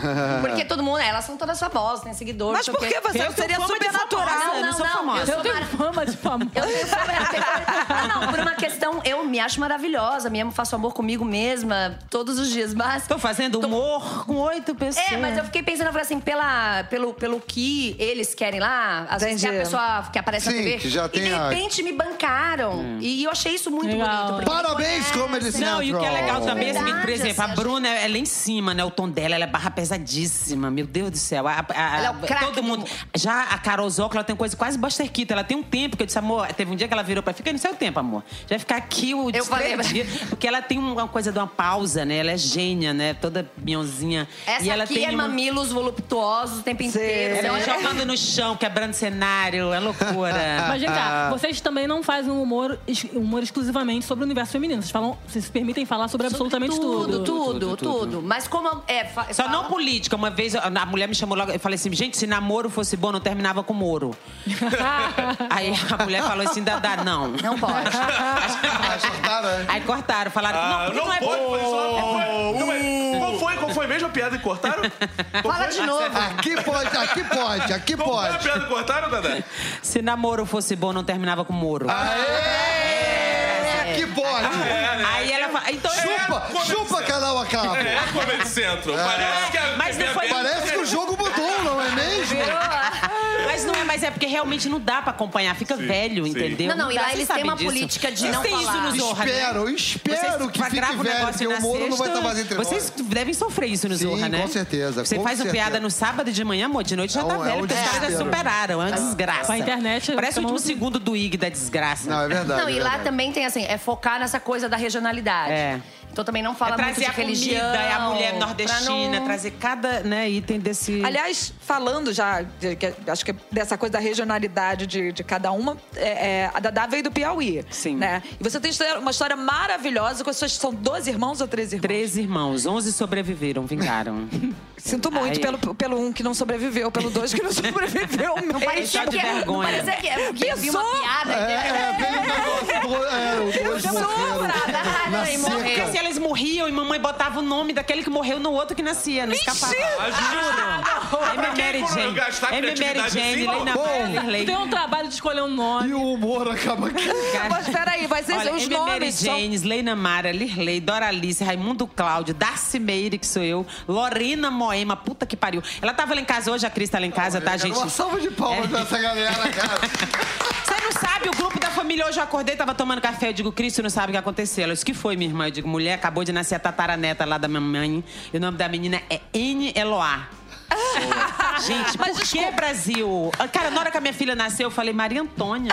S5: Porque todo mundo, elas são todas famosas, têm seguidores.
S4: Mas por que
S5: você?
S4: você
S6: Eu
S4: não seria
S6: sou fama de
S4: super
S6: famosa,
S4: natural?
S6: eu não sou famosa.
S5: Eu sou
S3: Eu tenho
S5: mara-
S3: fama de famosa.
S5: eu tenho fama- não, não, por uma questão, eu me acho maravilhosa, me amo, faço amor comigo mesma todos os dias, mas.
S6: Tô fazendo humor com oito pessoas.
S5: É, mas eu fiquei pensando, eu falei assim, pela, pelo, pelo que eles querem lá, às vezes que
S4: Entendi.
S5: a pessoa que aparece
S2: Sim,
S5: na TV.
S2: que já tem
S5: e de
S2: a-
S5: repente me bancaram.
S6: Hum.
S5: E eu achei isso muito
S3: Legal.
S5: bonito. porque
S2: Parabéns,
S5: me
S2: Comedy
S5: conhecem.
S2: Central.
S6: Não, e o que é legal também é o seguinte, por
S5: Verdade,
S6: exemplo, a
S5: assim,
S6: Bruna, ela é cima, né? O tom dela, ela é barra pesadíssima. Meu Deus do céu. A- a-
S5: Ela é o craque
S6: Todo
S5: do
S6: mundo.
S5: mundo.
S6: Já a Carol Zócolo, ela tem coisa quase Buster Keaton. Ela tem um tempo que eu disse, amor, teve um dia que ela virou pra fica no seu tempo, amor. Já vai ficar aqui o
S5: Eu falei pra-
S6: dia. Porque ela tem uma coisa de uma pausa, né? Ela é gênia, né? Toda minhãozinha.
S5: Essa
S6: e ela
S5: aqui
S6: tem
S5: é
S6: uma-
S5: mamilos voluptuosos o tempo inteiro. Então,
S6: Ela é
S4: é
S6: um
S5: Ela já-
S6: jogando no chão, quebrando cenário. É loucura.
S3: <laughs> Mas vem cá, vocês também não fazem um humor, ex- humor exclusivamente sobre o universo feminino. Vocês falam, vocês se permitem falar sobre, absolutamente
S5: tudo,
S3: tudo.
S5: tudo, tudo, Mas como é, fa-
S6: Só
S5: fala-
S6: não política. Uma vez a a mulher me chamou logo, eu falei assim, gente, se namoro fosse bom, não terminava com moro.
S5: <laughs>
S6: Aí a mulher falou assim, Dadá, não.
S5: não
S6: <laughs>
S5: pode.
S6: é
S2: cortaram, né?
S6: Aí cortaram, falaram,
S1: Ah,
S6: não, porque
S1: não,
S6: não é
S1: pode
S6: bom.
S1: fazer isso. Não é- Qual foi? Qual foi mesmo a piada que cortaram? Qual
S5: Fala
S1: foi?
S5: de novo.
S2: Aqui pode, aqui pode, aqui
S1: Qual foi a
S2: pode.
S1: piada que cortaram, Dadá?
S6: Se namoro fosse bom, não terminava com moro.
S1: Ah,
S2: Aê! Aqui pode.
S6: Aí ela fala, então
S2: Chupa, chupa canal a cabo.
S1: É Comedy Central. Parece que a
S6: Mas não
S1: TV
S6: foi-
S1: aberta-
S2: Parece que o jogo mudou, não é mesmo?
S6: Mas não é, mas é porque realmente não dá pra acompanhar, fica
S1: Sim,
S6: velho,
S1: sim.
S6: entendeu?
S5: Não, não, e
S6: dá,
S5: lá
S6: vocês
S5: eles têm
S6: sabem
S5: uma política de não
S6: Vocês têm isso
S5: falar.
S6: no Zorra, né?
S2: Espero, espero
S6: Vocês
S2: que fique
S6: grava um
S2: velho,
S6: negócio
S2: porque o
S6: na
S2: Moro não vai
S6: sexta,
S2: estar mais entre nós.
S6: Vocês devem sofrer isso no
S2: Sim,
S6: Zorra, né?
S2: com certeza,
S6: Você
S2: com
S6: faz uma
S2: certeza.
S6: piada no sábado de manhã, amor, de noite já
S2: É
S6: tá
S2: um- é
S6: velho.
S2: um
S6: porque os caras já
S2: desespero.
S6: superaram,
S2: Tá.
S6: é uma desgraça.
S3: Com a internet,
S6: Parece o
S3: então-
S6: último segundo do IG da desgraça.
S2: Não, é verdade.
S5: Não,
S2: é
S5: e lá
S2: verdade.
S5: também tem assim, é focar nessa coisa da regionalidade.
S6: É.
S5: Então também não
S6: É
S5: fala muito
S6: trazer
S5: de
S6: a
S5: religião.
S6: comida, é a mulher
S5: pra
S6: nordestina,
S5: não-
S6: trazer cada né, item desse...
S4: Aliás, falando já, de- que- acho que dessa coisa da regionalidade de, de cada uma, é, é, a Dadá veio do Piauí.
S6: Sim.
S4: Né? E você tem história- uma história maravilhosa com as suas. São 12 irmãos ou 13 irmãos?
S6: Três irmãos, onze sobreviveram, vingaram.
S4: Sinto muito
S6: Ai.
S4: pelo, pelo um que não sobreviveu, pelo dois que não <laughs> sobreviveu. Não
S5: Parecia
S6: Só de
S5: que era, não
S6: vergonha.
S5: parecia que era, porque vi uma
S4: Pensou?
S5: piada.
S2: É,
S5: entendeu?
S2: é, veio um negócio do. É, o dois morreram. Na
S5: Caralho, e
S6: Porque
S2: seca.
S5: morreu.
S6: assim, elas morriam e mamãe botava o nome daquele que morreu no outro que nascia, não escapava.
S1: Ah,
S6: Juro.
S1: Pra
S6: M.
S1: quem
S6: Mary
S1: for
S6: Jane.
S1: gastar
S6: M. Mary
S1: criatividade
S6: Jane,
S1: assim,
S6: Lena
S1: bom.
S6: Wesley.
S3: Tem um trabalho de escolher um nome.
S2: E o humor acaba aqui.
S4: Mas peraí, mas esses,
S6: Olha, um
S4: os
S6: Amy Mary
S4: nomes são
S6: Janes, Leina Mara, Lirley, Dora Alice, Raimundo Cláudio, Darcy Meire, que sou eu, Lorena Moema, puta que pariu. Ela tava lá em casa hoje, a Cris tá lá em casa, tá, gente?
S2: Uma salva de
S6: É.
S2: palmas pra essa
S6: <laughs>
S2: galera, cara.
S6: Você não sabe, o grupo da família hoje eu acordei, tava tomando café. Eu digo, Cris, tu não sabe o que aconteceu. Ela disse, que foi, minha irmã? Eu digo, mulher, acabou de nascer a tataraneta lá da minha mãe. E o nome da menina é N.
S4: <laughs>
S6: Eloá. Gente,
S4: Mas
S6: por
S4: desculpa.
S6: que Brasil? Ah, Cara, na hora que a minha filha nasceu, eu falei, Maria
S4: <laughs>
S6: Antônia.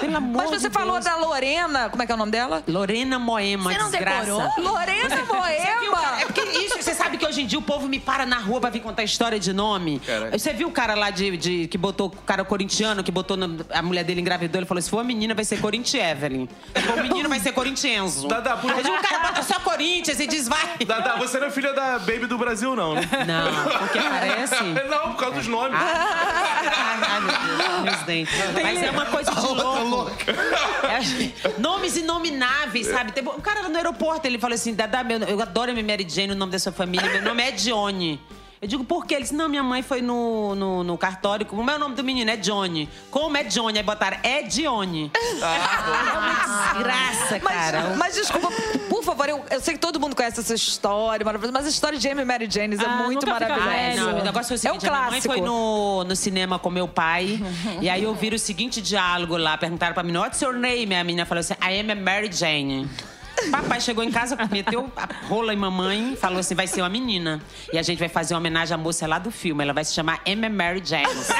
S6: Pelo amor
S4: Mas
S6: de
S4: você
S6: Deus.
S4: falou da Lorena, como é que é o nome dela?
S6: Lorena Moema,
S5: Você não
S6: desgraça.
S5: decorou?
S4: Lorena
S6: Você viu, cara? É
S4: Moema!
S6: porque isso, você sabe que hoje em dia o povo me para na rua pra vir contar história de nome.
S1: Caraca.
S6: Você viu o cara lá de, de- que botou, o cara corintiano, que botou no- a mulher dele engravidou, ele falou: se for a menina, vai ser Corinti Evelyn. Se for o menino, vai ser Corintienzo.
S1: Dá- dá, por-
S6: Aí o cara bota só Corinthians e diz: vai.
S1: Dadá, você não é filha da Baby do Brasil, não, né?
S6: Não, porque é parece.
S1: <laughs> Não, por causa dos nomes.
S6: Ai, meu Deus, meus dentes. Mas é uma coisa de louco. É, nomes inomináveis, sabe? Tem- O cara lá no aeroporto, ele falou assim: Dadá, meu- eu adoro a minha Mary Jane, o nome da sua família. Meu nome é Johnny. Eu digo, por quê? Ele disse, não, minha mãe foi no, no, no cartório. Como é o nome do menino? É Johnny. Como é Johnny? Aí botaram, é Johnny. é uma desgraça, cara.
S4: Mas, mas desculpa, por favor, eu, eu sei que todo mundo conhece essa história maravilhosa, mas a história de Amy Mary Janes é
S3: Ah,
S4: muito
S3: nunca fica
S4: maravilhosa.
S6: Ai,
S3: velho.
S6: não, o negócio foi o
S4: É um
S6: seguinte, a minha mãe
S4: clássico.
S6: foi no, no cinema com meu
S4: <laughs>
S6: pai, e aí eu vi o seguinte diálogo lá, perguntaram pra menina, what's your name? E a menina falou assim, I am a Mary Jane. Papai chegou em casa, meteu a rola em mamãe, falou assim, vai ser uma menina. E a gente vai fazer uma homenagem à moça lá do filme, ela vai se chamar Emma Mary
S4: <laughs>
S6: Janes.
S4: É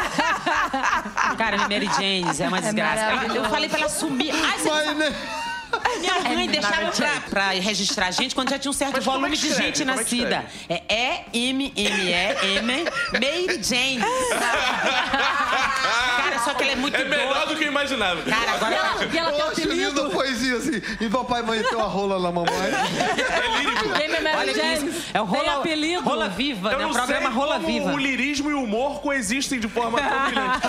S6: Cara, Mary Janes é uma desgraça. Ela- eu falei pra ela sumir. Ai, você não
S2: Mas, né?
S6: Minha mãe
S4: É,
S6: deixava
S4: na
S6: pra,
S4: verdade.
S6: pra registrar a gente quando já tinha um certo
S1: Mas como é que
S6: volume de
S1: escreve?
S6: gente
S1: Como é que
S6: nascida. É E-M-M-E-M, Mary
S1: <laughs>
S6: Jane. Cara, só que ela é muito
S1: É melhor
S6: doida.
S1: do que eu imaginava.
S6: Cara, agora ela
S3: E ela tem
S2: Poxa, linda
S3: apelido.
S2: poesia assim. E papai, mãe, tem uma rola na mamãe.
S1: É lírico.
S3: Game é Mary
S6: Olha que
S3: Jane.
S6: isso. É o
S3: Tem
S6: Rola,
S3: apelido.
S6: Rola Viva,
S1: Eu
S6: né?
S1: não
S6: O programa
S1: sei
S6: Rola
S1: como
S6: Viva.
S1: o lirismo e o humor coexistem de forma tão brilhante.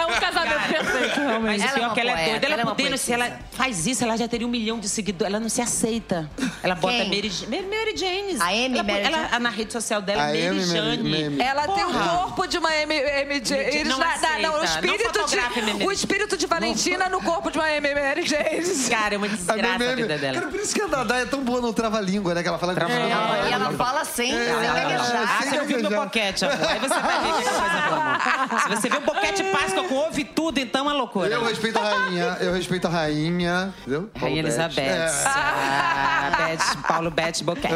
S3: É um casamento perfeito, realmente.
S6: Mas o
S4: Ela é
S6: pior
S4: uma
S6: que ela é
S4: poeta,
S6: doida. Ela,
S4: ela é uma
S6: podendo, se ela faz isso, ela já teria um milhão de seguidores. Ela não se aceita. Ela bota
S5: Quem?
S6: Mary, Jane- Mary Jane.
S5: A Amy
S6: ela,
S5: Mary
S6: ela-
S5: Jane?
S6: Na rede social dela,
S2: A
S6: Mary
S2: Amy Mary-
S6: Jane. um
S2: Mary-
S4: Ela tem o
S6: Porra.
S4: corpo de uma M. M J- eles
S6: não
S4: na- na- não,
S6: aceita.
S4: o
S6: Não
S4: espírito
S6: fotografe,
S4: de.
S6: Mimi.
S4: O espírito de Valentina no corpo de uma M. Mary James.
S6: Cara, é uma <laughs> desgraça a vida dela.
S2: Cara, por isso que a Dadá é tão boa no trava-língua, né? Que ela fala...
S5: E ela fala sem, sem gaguejar.
S6: Ah, você não viu meu boquete, amor. Aí você vai ver que coisa boa, amor. Se você vê um boquete Páscoa com ovo e tudo, então é uma loucura.
S2: Eu respeito a rainha, eu respeito a rainha, entendeu? É.
S6: Rainha
S2: Paulo
S6: Elizabeth.
S2: Bete.
S6: Ah, Bete, Paulo Bete Boquete.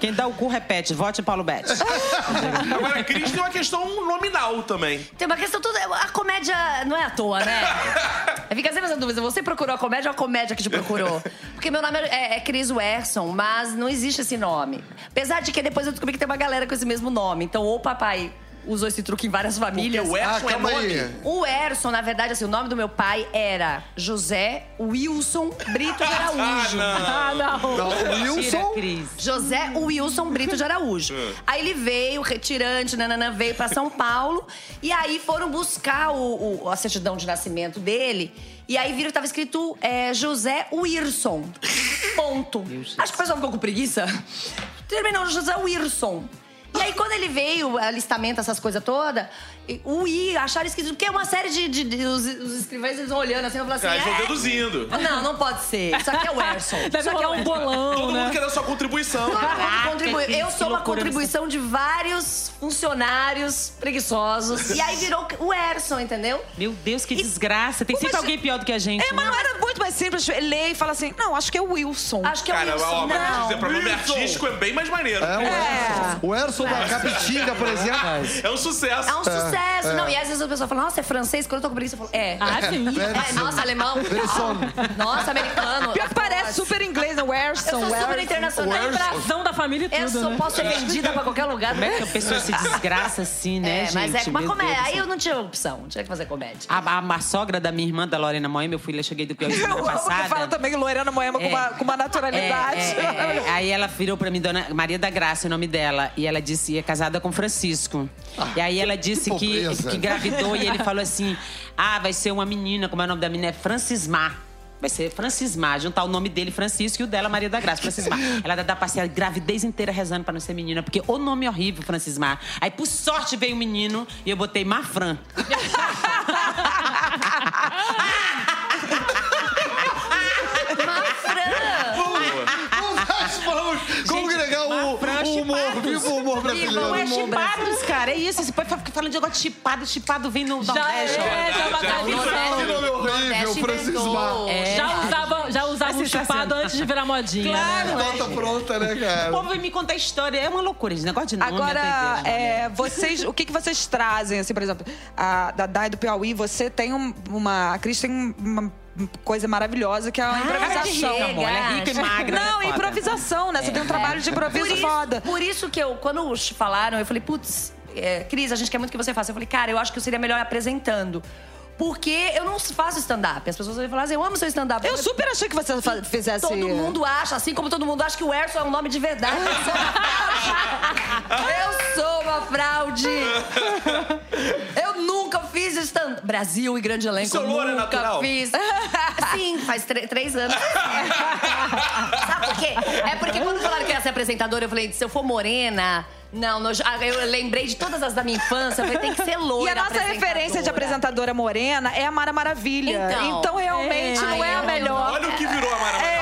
S6: Quem dá o cu repete, vote em Paulo Bete.
S1: Agora, Cris tem uma questão nominal também.
S5: Tem uma questão toda. A comédia não é à toa,
S1: <laughs>
S5: né? Fica sempre essa dúvida. Você procurou a comédia ou a comédia que te procurou? Porque meu nome é, é Cris Werson, mas não existe esse nome. Apesar de que depois eu descobri que tem uma galera com esse mesmo nome. Então, ou o papai usou esse truque em várias
S1: Porque
S5: famílias.
S1: o
S2: Ah,
S1: Erson é
S2: calma
S1: nome.
S2: aí.
S5: O Erson, na verdade, assim, o nome do meu pai era José Wilson
S1: <laughs>
S5: Brito
S1: Ah,
S5: de Araújo.
S3: Ah, não.
S2: Não, o
S6: Tira,
S2: Wilson...
S6: Cris.
S5: José Wilson Brito de Araújo. Aí ele veio, retirante, nananã, veio pra São Paulo. E aí foram buscar o, o- a certidão de nascimento dele. E aí viram que tava escrito é, José Wilson. Ponto. Acho que o pessoal ficou com preguiça. Terminou José Wilson. E aí, quando ele veio, alistamento, essas coisas todas, o I acharam esquisito, porque é uma série de. de- de- os, os escrivães eles vão olhando assim e vão falar
S1: Aí
S5: assim.
S1: vão
S5: "É,
S1: deduzindo.
S5: Não, não pode ser. Isso aqui é
S3: <laughs>
S5: o Erson.
S3: Deve rolar um bolão,
S1: Todo
S3: né?
S1: mundo quer dar sua contribuição.
S5: Todo mundo
S6: Caraca,
S5: contribui.
S6: Cris,
S5: é Eu
S6: que
S5: sou uma
S6: loucura
S5: contribuição de vários funcionários preguiçosos. <laughs> E aí virou o Erson, entendeu?
S6: Meu Deus, que desgraça. Tem
S4: Mas-
S6: sempre alguém pior do que a gente.
S4: É, mas não era muito mais simples ler e falar assim: não, acho que é o Wilson.
S6: Ah,
S5: Acho que é o
S1: Cara,
S5: Wilson.
S1: ó, mas deixa eu
S5: não.
S1: dizer, pra nome artístico é bem mais maneiro.
S2: É, o Erson. O Erson da Capitinga, por exemplo.
S1: <laughs> É um sucesso.
S5: É
S6: Ah,
S5: um sucesso. Não, e às vezes a pessoa fala, nossa, é francês? Quando eu tô com preguiça, eu falo, é.
S3: Ah, sim.
S5: É, nossa, alemão.
S2: Wilson.
S5: Nossa, americano.
S4: Pior que parece
S5: Nossa.
S4: super inglês, né? Werson.
S5: Eu sou super
S4: Werson.
S5: internacional.
S3: Ação da família e tudo,
S5: Eu sou,
S3: né?
S5: posso ser vendida pra qualquer lugar.
S6: Como é que a pessoa se desgraça assim, né,
S5: É,
S6: gente?
S5: mas é uma
S6: Meu Deus
S5: comédia.
S6: do céu.
S5: Aí eu não tinha opção, tinha que fazer comédia.
S6: A, a, a sogra da minha irmã, da Lorena Moema, eu fui lá, cheguei do Piauí
S4: <laughs> Eu
S6: semana
S4: amo que fala
S6: né? passada.
S4: também Lorena Moema com,
S6: É.
S4: uma, com uma naturalidade.
S6: É, é, é, é. Aí ela virou pra mim, Dona Maria da Graça, é o nome dela. E ela disse, e é casada com Francisco. e aí ela disse que,
S2: pobreza.
S6: que engravidou e ele falou assim: ah, vai ser uma menina, como é o nome da menina? É Francismar. Vai ser Francismar, juntar o nome dele, Francisco, e o dela, Maria da Graça, Francismar. Ela dá da parceira gravidez inteira rezando pra não ser menina, porque o nome é horrível, Francismar. Aí, por sorte, veio um menino e eu botei Mafran.
S5: Fran!
S2: Nós falamos como
S6: Gente,
S2: agregar o,
S6: Mafra,
S2: o humor,
S6: Chipatos.
S2: vivo o humor
S6: Não é
S2: brasileiro.
S6: chipados, cara. É isso. Esse povo fica falando de negócio de chipado. Chipado vem no
S3: Já é,
S6: Nordeste. ó.
S3: já
S2: Ah, Que
S6: é
S3: bateu.
S2: nome horrível,
S5: Nordeste
S2: Francis
S5: inventou.
S2: Mar.
S3: Já usava, já usava
S6: É
S3: o chupado
S6: sensacional.
S3: antes de virar modinha. né?
S6: Claro, é.
S2: Tá pronta, né,
S6: O
S2: cara?
S6: povo vem me contar história. É uma loucura esse negócio de nome.
S4: <laughs> Agora,
S6: doideira, né?
S4: é, vocês, o que, que vocês trazem, assim, por exemplo, a, da Dai do Piauí, você tem um- uma. A Cris tem um- uma coisa maravilhosa que é a
S5: Ah,
S4: improvisação.
S5: chega.
S6: amor. Ela é rica e magra.
S4: Não,
S6: né, foda? É.
S4: improvisação, né? Você tem um trabalho de improviso
S5: Por isso,
S4: foda.
S5: por isso que eu, quando os falaram, eu falei, putz, é, Cris, a gente quer muito que você faça. Eu falei, cara, eu acho que eu seria melhor apresentando. Porque eu não faço stand-up. As pessoas vão falar assim, eu amo seu stand-up.
S4: Eu super achei que você fa- fizesse.
S5: Todo mundo acha, assim como todo mundo acha que o Erson é um nome de
S4: <laughs>
S5: verdade. Eu sou uma fraude. Eu sou uma fraude. Eu nunca fiz stand Brasil e grande elenco.
S1: Seu louro é
S5: nunca
S1: natural?
S4: <laughs>
S5: fiz. Sim, faz tre- três anos. Sabe por quê? É porque quando falaram que eu ia ser apresentadora, eu falei, se eu for morena... Não, nojo- ah, eu lembrei de todas as da minha infância. Eu falei, tem que ser
S4: E
S5: loura
S4: a nossa referência de apresentadora morena é a Mara Maravilha.
S5: Então.
S4: Então, realmente
S5: É.
S4: não é
S5: Ai,
S4: a
S5: eu
S4: melhor.
S1: Olha o que virou a Mara Maravilha.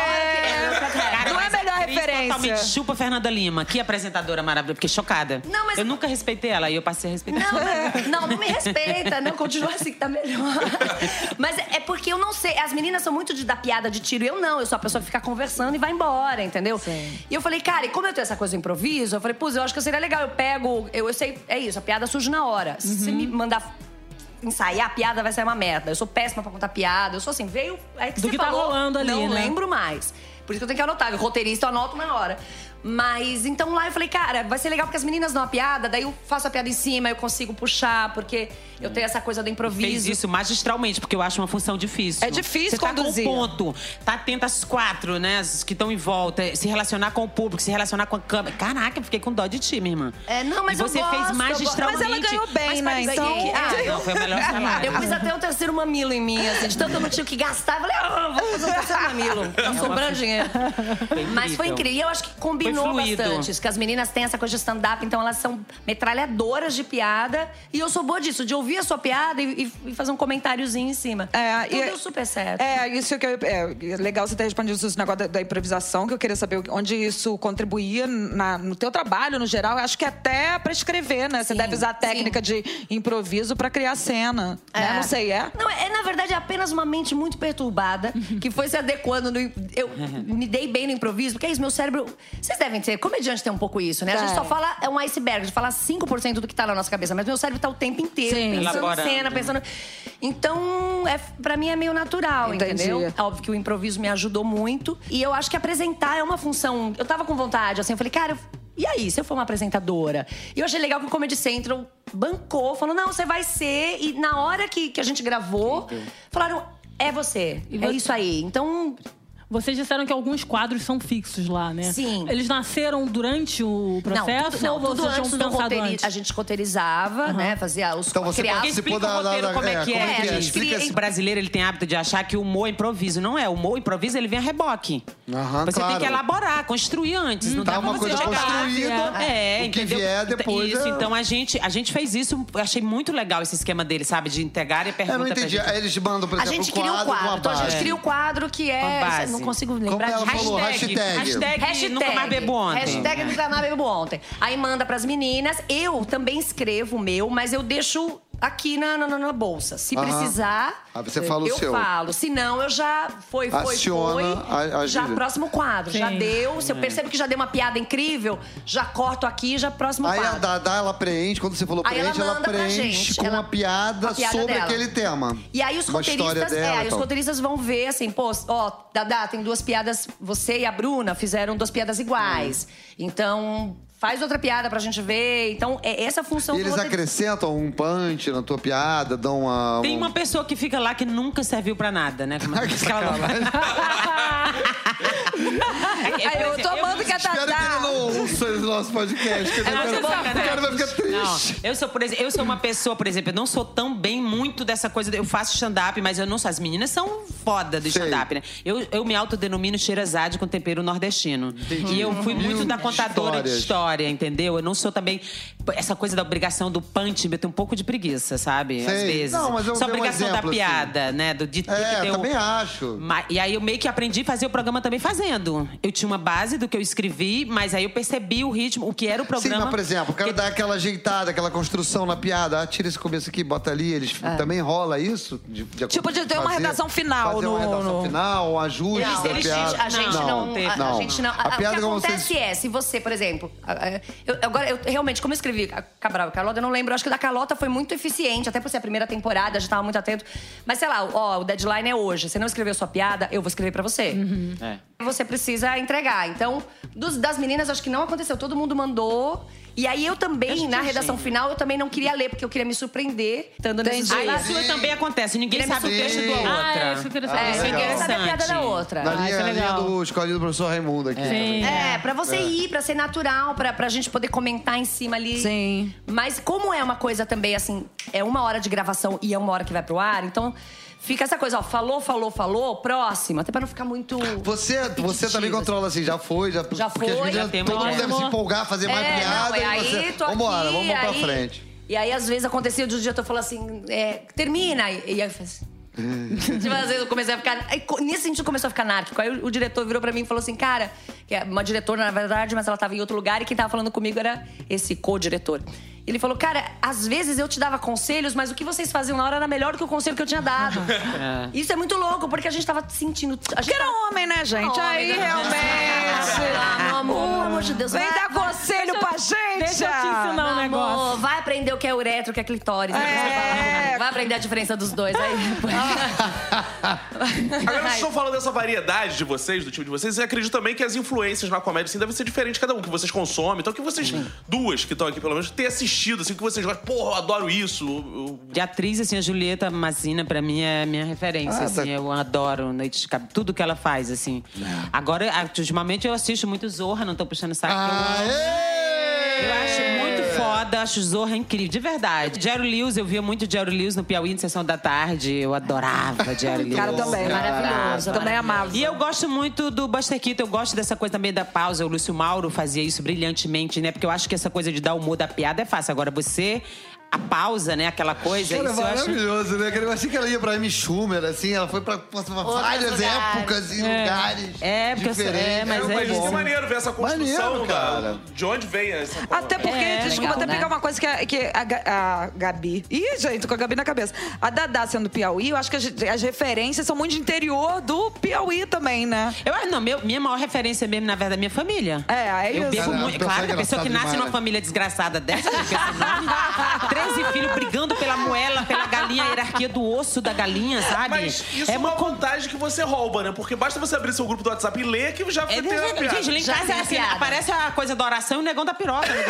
S6: Cara,
S4: Não é a
S6: mas a
S4: melhor
S6: Cris Totalmente
S4: referência.
S6: chupa Fernanda Lima. Que apresentadora maravilhosa. Fiquei chocada.
S5: Não, mas-
S6: Eu nunca respeitei ela e eu passei a respeitar.
S5: Não,
S3: É.
S5: mas- não, não me respeita, não, continua assim que tá melhor. Mas é porque eu não sei, as meninas são muito de dar piada de tiro, eu não, eu sou a pessoa que fica conversando e vai embora, entendeu? E eu falei, cara, e como eu tenho essa coisa do improviso, eu
S3: Uhum.
S5: falei, putz, eu acho que seria legal, eu pego, eu, eu sei, é isso, a piada surge na hora. Se você me mandar ensaiar a piada, vai sair uma merda. Eu sou péssima pra contar piada. Eu sou assim, veio. É
S3: Do
S5: que você
S3: que tá
S5: falou,
S3: rolando ali,
S5: Não
S3: né?
S5: lembro mais. Por isso que eu tenho que anotar. O roteirista eu anoto na hora. Mas então lá eu falei, cara, vai ser legal porque as meninas dão a piada, daí eu faço a piada em cima, eu consigo puxar, porque eu tenho essa coisa do
S6: Fez
S5: improviso.
S6: isso magistralmente, porque eu acho uma função difícil.
S4: É
S6: Você
S4: difícil
S6: tá
S4: conduzir.
S6: com um ponto, tá atenta às quatro, né? As que estão em volta. Se relacionar com o público, se relacionar com a câmera. Caraca, eu fiquei com dó de ti, minha irmã.
S5: É, não, mas
S6: e
S5: eu
S6: você
S5: gosto, eu
S6: fez
S5: gosto.
S6: magistralmente.
S4: Mas ela ganhou bem,
S6: Mas
S4: né?
S6: parecia
S4: Então-
S6: que- Ah, não, foi o melhor
S5: <laughs>
S6: salário.
S5: Eu pus até um terceiro mamilo em mim, assim, de tanto eu não tinha o que gastar. Eu falei, ah, vou fazer um terceiro mamilo.
S6: É
S5: Tá sobrando dinheiro. Mas foi incrível. E eu acho que combinou
S6: Foi fluido.
S5: bastante. Isso, que as meninas têm essa coisa de stand-up, então elas são metralhadoras de piada. E eu sou boa disso, de ouvir a sua piada e, e- e fazer um comentáriozinho em cima.
S4: É,
S5: então
S4: e-
S5: deu super certo.
S4: É, isso que eu, é legal você ter respondido esse negócio da, da improvisação, que eu queria saber onde isso contribuía na- no teu trabalho, no geral. Eu Acho que até pra escrever, né? Você
S5: Sim,
S4: deve usar a
S5: sim.
S4: técnica de improviso pra criar cena. né? Não sei, é?
S5: Não, é na verdade é apenas uma mente muito perturbada que foi se adequando. No, eu me dei bem no improviso, porque é isso, meu cérebro. Vocês devem ter. Comediante tem um pouco isso, né? A gente
S4: Tem.
S5: só fala. É um iceberg, a gente fala 5% do que tá na nossa cabeça, mas meu cérebro tá o tempo inteiro
S4: Sim.
S5: pensando
S6: Elaborando.
S5: em cena, Tá pensando. Então, é, pra mim é meio natural,
S4: Entendi.
S5: entendeu? Óbvio que o improviso me ajudou muito. E eu acho que apresentar é uma função. Eu tava com vontade, assim, eu falei, cara. eu- E aí, se eu for uma apresentadora? E eu achei legal que o Comedy Central bancou, falou: não, você vai ser. E na hora que, que a gente gravou, falaram: é você, é
S3: você-
S5: isso aí. Então,
S3: Vocês disseram que alguns quadros são fixos lá, né?
S5: Sim.
S3: Eles nasceram durante o
S5: não,
S3: processo
S5: tudo, não,
S3: ou
S5: tudo
S3: vocês
S5: antes
S3: tinham
S5: do
S3: pensado
S5: roteiri-
S3: antes?
S5: A gente roteirizava, né? Fazia os
S2: Então você
S5: criava-
S2: participou
S6: Explica
S2: da,
S6: o
S2: da,
S6: roteiro,
S2: da-
S6: como é que é.
S2: como
S5: É, a gente
S2: Explica
S5: cria-
S2: esse-
S6: O brasileiro ele tem hábito de achar que o humor é improviso. Não é. O humor improviso ele vem a reboque.
S2: Aham,
S6: você
S2: claro.
S6: tem que elaborar, construir antes. não
S2: Tá
S6: dá pra
S2: uma
S6: você
S2: coisa
S6: chegar lá,
S2: construída,
S6: É,
S2: o que
S6: entendeu?
S2: vier depois é-
S6: Isso, então a gente, a gente fez isso. Eu achei muito legal esse esquema dele, sabe? De integrar e perguntar
S2: Eu não entendi.
S6: pra gente.
S2: Aí eles mandam, por
S5: É A
S2: exemplo,
S5: gente
S2: um
S5: cria o
S2: quadro, com
S5: quadro.
S2: uma
S5: Então a gente
S2: base.
S5: cria o quadro que
S6: Uma
S5: é.
S6: base.
S5: Não consigo
S2: Como
S5: lembrar
S2: ela
S5: de
S2: falou, hashtag.
S6: hashtag, nunca mais bebo ontem.
S5: Hashtag nunca mais bebo ontem. Aí manda pras meninas. Eu também escrevo o meu, mas eu deixo aqui na, na, na- na bolsa. Se
S2: Aham.
S5: precisar.
S2: Aí você fala o
S5: eu
S2: seu.
S5: falo. Se não, eu já. Foi, foi,
S2: Aciona
S5: foi.
S2: a- a
S5: já
S2: gíria.
S5: próximo quadro. Já
S3: Sim.
S5: deu. Se eu percebo que já deu uma piada incrível, já corto aqui já próximo
S2: Aí a
S5: um quadro.
S2: Dada, ela preenche, quando você falou
S5: Aí ela
S2: preenche, ela,
S5: manda pra
S2: preenche
S5: gente.
S2: com
S5: Ela-
S2: uma piada,
S5: a piada
S2: sobre
S5: dela.
S2: aquele tema.
S5: E aí os
S2: Uma história
S5: roteiristas,
S2: dela
S5: é,
S2: e
S5: aí os
S2: tal.
S5: roteiristas vão ver assim, pô, ó, Dadá, tem duas piadas, você e a Bruna fizeram duas piadas iguais. Então, faz outra piada pra gente ver. Então, é essa a função
S2: E
S5: do
S2: eles
S5: roteirista.
S2: acrescentam um punch na tua piada, dão uma...
S6: Tem
S2: um-
S6: uma pessoa que fica lá que nunca serviu pra nada, né?
S2: <laughs>
S6: Como é
S2: Que
S6: que ela não-
S2: sacanagem.
S6: <laughs>
S5: É,
S4: Aí eu tô amando que a
S2: Espero que ele
S4: Tatá.
S2: não ouça esse nosso podcast. que eu
S6: Não,
S2: quero-
S6: você sabe,
S2: O cara vai
S6: né?
S2: ficar triste.
S6: É Não, eu sou, por exemplo, eu sou uma pessoa, por exemplo, eu não sou tão bem muito dessa coisa. de- Eu faço stand-up, mas eu não sou. As meninas são foda do
S2: Sei.
S6: stand-up, né? Eu, eu me autodenomino cheirazade com tempero nordestino.
S2: Entendi.
S6: E eu fui muito
S2: Mil
S6: da contadora
S2: histórias.
S6: de história, entendeu? Eu não sou também. Essa coisa da obrigação do punch, eu tenho um pouco de preguiça, sabe? Às
S2: Sei.
S6: vezes.
S2: Não, mas eu
S6: Só a
S2: dei um
S6: obrigação
S2: exemplo,
S6: da
S2: assim.
S6: piada, né? Do, de, de
S2: É,
S6: que tem um- o-
S2: também acho.
S6: Ma- E aí eu meio que aprendi a fazer o programa também fazendo. Eu tinha uma base do que eu escrevi, mas aí eu percebi o ritmo, o que era o programa.
S2: Sim, mas, por exemplo, o cara
S6: Porque-
S2: dá aquela ajeitada, aquela construção na piada. Ah, tira esse começo aqui, bota ali. Eles
S5: É.
S2: também rola isso? De,
S4: Tipo, de ter uma
S2: fazer-
S4: redação final
S2: Fazer uma
S4: no-
S2: redação
S4: no-
S2: final, um ajuste
S5: Não,
S2: da
S5: eles-
S2: piada.
S5: a gente não, a, a gente não. A-
S2: A piada
S5: o que
S2: como
S5: acontece
S2: vocês-
S5: é, se você, por exemplo, a- a- eu- agora eu realmente como eu escrevi a Cabral e Carlota, eu não lembro, eu acho que o da Carlota foi muito eficiente, até por ser a primeira temporada, a gente tava muito atento. Mas sei lá, ó, o deadline é hoje. Você não escreveu sua piada, eu vou escrever pra você.
S6: É.
S5: Você precisa entregar. Então, dos- das meninas acho que não aconteceu, todo mundo mandou. E aí eu também, na redação final, eu também não queria ler, porque eu queria me surpreender, estando nesse
S6: Aí na
S5: jeito.
S6: sua também acontece, ninguém
S5: Queremos
S6: sabe o texto
S2: Sim.
S6: do outro.
S3: Ah, é, isso é interessante.
S5: É,
S2: legal.
S5: ninguém sabe a piada da
S6: Interessante.
S5: outra.
S2: Na
S3: Ah, isso
S2: linha,
S3: é
S2: linha
S3: legal.
S2: do escolinho do professor Raimundo aqui.
S3: Sim.
S5: É, pra você ir, pra ser natural, pra, pra gente poder comentar em cima ali.
S4: Sim.
S5: Mas como é uma coisa também, assim, é uma hora de gravação e é uma hora que vai pro ar, então fica essa coisa, ó, falou, falou, falou, próximo. Até pra não ficar muito...
S2: Você, você
S5: Repetitivo,
S2: também controla assim, já foi, já,
S5: Já
S2: porque as
S5: foi,
S2: meninas,
S6: já tem
S2: todo
S6: uma
S2: mundo
S6: ideia.
S2: deve se empolgar, fazer mais
S5: É,
S2: piada
S5: não, e
S2: e você,
S5: aí, tô
S2: vambora,
S5: aqui,
S2: vamos pra
S5: aí-
S2: frente.
S5: E aí, às vezes, acontecia, de um dia tu falou assim, é, termina. E e aí eu fiz...
S2: <laughs>
S5: tipo, às vezes eu comecei a ficar... aí, co- nesse sentido, começou a ficar anárquico. Aí o, o diretor virou pra mim e falou assim, cara... Que é uma diretora, na verdade, mas ela tava em outro lugar. E quem tava falando comigo era esse co-diretor. Ele falou, cara, às vezes eu te dava conselhos, mas o que vocês faziam na hora era melhor do que o conselho que eu tinha dado. Isso é muito louco, porque a gente tava sentindo... A gente
S4: Porque era
S5: tava-
S4: homem, né, gente?
S5: Homem, né?
S4: Aí
S5: Ah,
S4: realmente.
S5: meu amor, pelo amor de Deus.
S4: um Vem
S5: vai-
S4: dar
S5: vai-
S4: conselho pra gente.
S3: Deixa eu te ensinar um
S5: Amor,
S3: negócio.
S5: vai aprender o que é uretro, o que é clitóris. né?
S4: É,
S6: É.
S8: Vai aprender a diferença dos dois aí.
S1: Agora, vocês estão falando dessa variedade de vocês, do time de vocês, e acredito também que as influências na comédia, assim, devem ser diferentes cada um, que vocês consomem. Então, que vocês, duas que estão aqui, pelo menos, ter assistido, assim, que vocês gostam. Porra, eu adoro isso. eu- eu-
S6: De atriz, assim, a Julieta Massina, pra mim, é minha referência,
S2: Ah,
S6: assim.
S2: tá.
S6: Eu adoro Noite de Cabelo, tudo que ela faz, assim. Agora, a- ultimamente, eu assisto muito Zorra, não tô puxando
S5: Tá
S6: saco.
S2: Ah,
S6: que eu amo. Eu acho muito foda, acho Zorra incrível, de verdade. Jerry Lewis, eu via muito Jerry Lewis no Piauí, na Sessão da Tarde. Eu adorava Jerry Lewis.
S4: <laughs> Cara, também.
S8: Maravilhoso,
S4: Também
S8: maravilhoso.
S4: amava.
S6: E eu gosto muito do Buster Keaton, eu gosto dessa coisa também da pausa. O Lúcio Mauro fazia isso brilhantemente, né? Porque eu acho que essa coisa de dar humor da piada é fácil. Agora, você, a pausa, né? Aquela coisa,
S2: Cara,
S6: isso eu acho.
S2: maravilhoso, né? Cara, eu achei que ela ia pra Amy Schumer, assim, ela foi pra pô, várias
S8: lugares.
S2: épocas e lugares
S6: É, porque eu sou- é,
S2: diferentes. Era
S6: mas é
S2: mais
S1: Mas isso é
S6: bom.
S1: maneiro ver essa construção,
S2: Maneiro,
S1: da-
S2: cara.
S1: de onde vem essa coisa.
S4: Até porque,
S6: É,
S4: desculpa,
S6: legal,
S4: até
S6: né?
S4: pegar uma coisa que, a- que a, Ga- a Gabi. Ih, gente, com a Gabi na cabeça. A Dadá sendo Piauí, eu acho que as, as referências são muito de interior do Piauí também, né?
S6: Eu, ah, não, meu- minha maior referência mesmo, na verdade, é minha família.
S4: É, é
S6: Eu
S4: isso.
S6: bebo
S2: Cara,
S6: muito.
S2: a pessoa
S6: Claro, que a pessoa
S2: engraçada
S6: que nasce
S2: demais,
S6: numa
S2: né?
S6: família desgraçada dessa, com esse nome,
S1: <laughs>
S6: 13 filhos brigando pela moela, pela galinha, a hierarquia do osso da galinha, sabe?
S1: Mas isso é, uma vantagem que você rouba, né? Porque basta você abrir seu grupo do WhatsApp e ler que já tem
S6: É,
S1: uma piada.
S6: gente, lá em
S8: Já
S6: casa
S8: tem
S6: é
S8: a
S6: assim,
S8: piada.
S6: aparece a coisa da oração e o negão da piroca. né?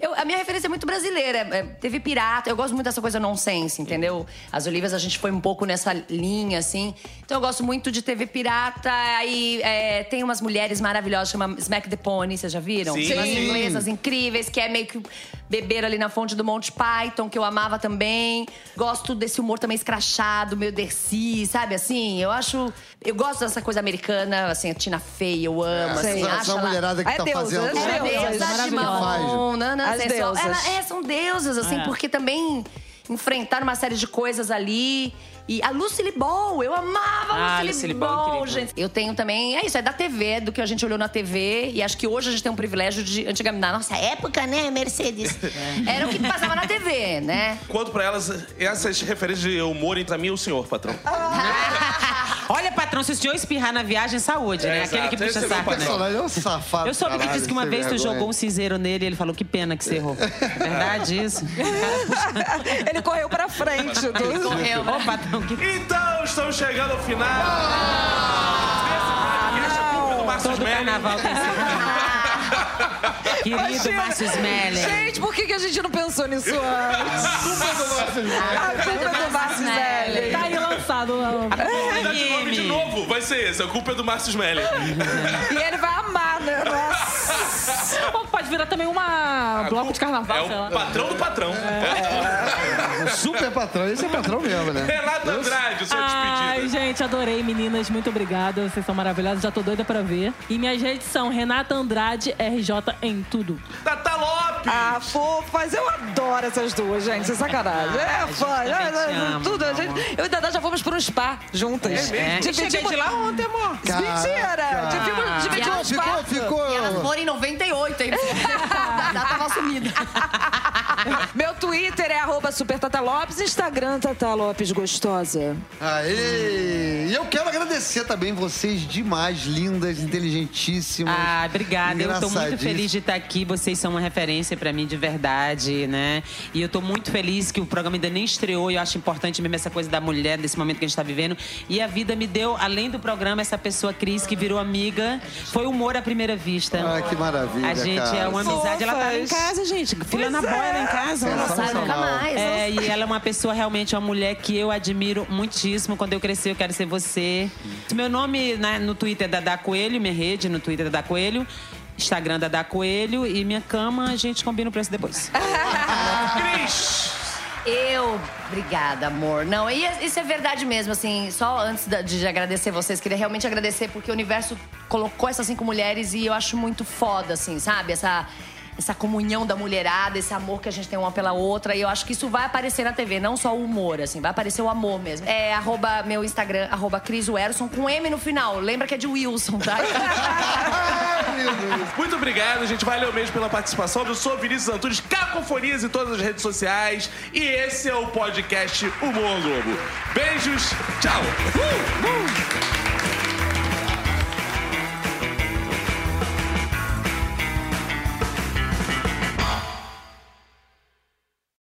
S8: Eu- a minha referência é muito brasileira. É, é, teve pirata. Eu gosto muito dessa coisa nonsense, entendeu? As Olivas, a gente foi um pouco nessa linha, assim. Então eu gosto muito de TV pirata. Aí é, tem umas mulheres maravilhosas, chama Smack the Pony, vocês já viram?
S1: Sim.
S8: Umas
S1: Sim.
S8: inglesas incríveis, que é meio que beber ali na fonte do Monty Python, que eu amava também. Gosto desse humor também escrachado, meio Dercy, sabe assim? Eu acho... Eu gosto dessa coisa americana, assim, a Tina Fey, eu amo,
S2: Essa,
S8: assim.
S2: É. essa
S8: acho ela-
S2: mulherada que
S4: É
S2: tá
S4: Deus,
S2: fazendo.
S4: é
S8: é,
S4: Deus.
S8: deusas
S2: Maravilhosa.
S8: de
S2: é um
S8: marrom, nanã,
S4: As
S8: sensual.
S4: deusas.
S8: Ela- é, são deusas, assim,
S6: É.
S8: porque também enfrentaram uma série de coisas ali. E a Lucille Ball, eu amava a
S6: Ah,
S8: Lucille,
S6: Lucille Ball,
S8: Ball,
S6: incrível.
S8: gente. Eu tenho também, é isso, é da TV, do que a gente olhou na TV. E acho que hoje a gente tem um privilégio de, antigamente, na nossa época, né,
S6: <laughs>
S8: Mercedes?
S6: É.
S8: Era o que passava na TV, né?
S1: Quanto pra elas, essas referências de humor entre a mim e o senhor, patrão.
S6: Olha, patrão, se o senhor espirrar na viagem, saúde,
S1: É,
S6: né? Aquele
S1: exato.
S6: que
S1: Esse
S6: puxa
S1: é meu
S6: saco,
S1: patrão.
S6: né?
S1: é
S2: Personagem é um safado.
S6: Eu soube que
S2: caralho,
S6: disse que uma
S2: sem
S6: vez tu
S2: vergonha.
S6: jogou
S2: <laughs>
S6: um cinzeiro nele e ele falou, que pena que
S1: <laughs>
S6: você errou. Verdade isso?
S4: <laughs> Ele correu pra frente. do-
S8: Correu, né?
S6: Ô, patrão, que...
S1: Então, estamos chegando ao final. Desse podcast, a culpa é do Márcio
S6: Ah, Todo
S1: Smelly.
S6: carnaval
S1: <laughs>
S6: tem esse- Querido
S4: Imagina.
S6: Márcio Smeller.
S4: Gente, por que, que a gente não pensou nisso antes?
S6: Ah,
S4: A culpa é do Márcio Zé.
S3: Tá aí lançado. né? ó.
S1: <laughs> Dá de nome de novo, vai ser esse. A culpa é do Márcio Smelly.
S3: É
S4: E ele vai amar, né? Nossa.
S3: Ou pode virar também uma bloco de carnaval,
S1: É
S3: sei lá. É.
S1: o patrão do patrão.
S2: Um super patrão. Esse é patrão mesmo, né?
S1: Renato Andrade, o seu
S3: Ai,
S1: despedido.
S3: gente, adorei, meninas. Muito obrigada. Vocês são maravilhosas. Já tô doida pra ver. E minhas redes são Renata Andrade, RJ em tudo.
S1: Tata Lopes.
S4: Ah, fofas, eu adoro essas duas, gente. Isso é sacanagem.
S6: Ah,
S4: É,
S6: a gente
S4: fã.
S6: também
S4: é,
S6: te
S4: é,
S6: ama,
S4: tudo. A
S6: meu
S4: gente, eu e Dadá já fomos pra um spa juntas.
S6: É. Eu
S4: Dividimos-
S6: cheguei de lá ontem, amor.
S4: Mentira!
S6: Ah.
S4: Dividimos- Dividimos um
S2: Ficou,
S4: spa.
S2: ficou.
S8: E elas foram em 98, hein? A data tava sumida.
S4: Meu Twitter é arroba supertatalopes, Instagram Tata Lopes Gostosa.
S2: Aê! E eu quero agradecer também vocês demais, lindas, inteligentíssimas.
S6: Ah, obrigada. Eu tô muito
S2: engraçadíssimas.
S6: feliz de estar aqui. Vocês são uma referência pra mim de verdade, né? E eu tô muito feliz que o programa ainda nem estreou. E eu acho importante mesmo essa coisa da mulher, desse momento que a gente tá vivendo. E a vida me deu, além do programa, essa pessoa, Cris, que virou amiga. Foi humor à primeira vista.
S2: Ah, que maravilha,
S6: A gente
S2: cara.
S6: é uma amizade. Ela tá lá em
S4: Fofas.
S6: casa, gente. Filha na
S4: Pois é.
S6: boia né, lá em casa.
S2: Sensacional.
S8: Não sai
S2: <laughs>
S8: nunca mais.
S6: É, e ela é uma pessoa realmente, uma mulher que eu admiro muitíssimo. Quando eu crescer, eu quero ser você. Meu nome né, no Twitter é Dadá Coelho, minha rede no Twitter é Dadá Coelho. Instagram Dadá Coelho e minha cama, a gente combina o preço depois.
S1: Cris.
S8: Eu, obrigada, amor. Não, e isso é verdade mesmo, assim, só antes da- de agradecer vocês, queria realmente agradecer porque o universo colocou essas cinco mulheres e eu acho muito foda, assim, sabe? Essa. Essa comunhão da mulherada, esse amor que a gente tem uma pela outra. E eu acho que isso vai aparecer na TV, não só o humor, assim. Vai aparecer o amor mesmo. É arroba meu Instagram, arroba Cris Werson, com M no final. Lembra que é de Wilson, tá?
S1: Muito obrigado, gente. Valeu mesmo pela participação. Eu sou Vinícius Antunes, Cacofonias em todas as redes sociais. E esse é o podcast Humor Globo. Beijos, tchau. Uh!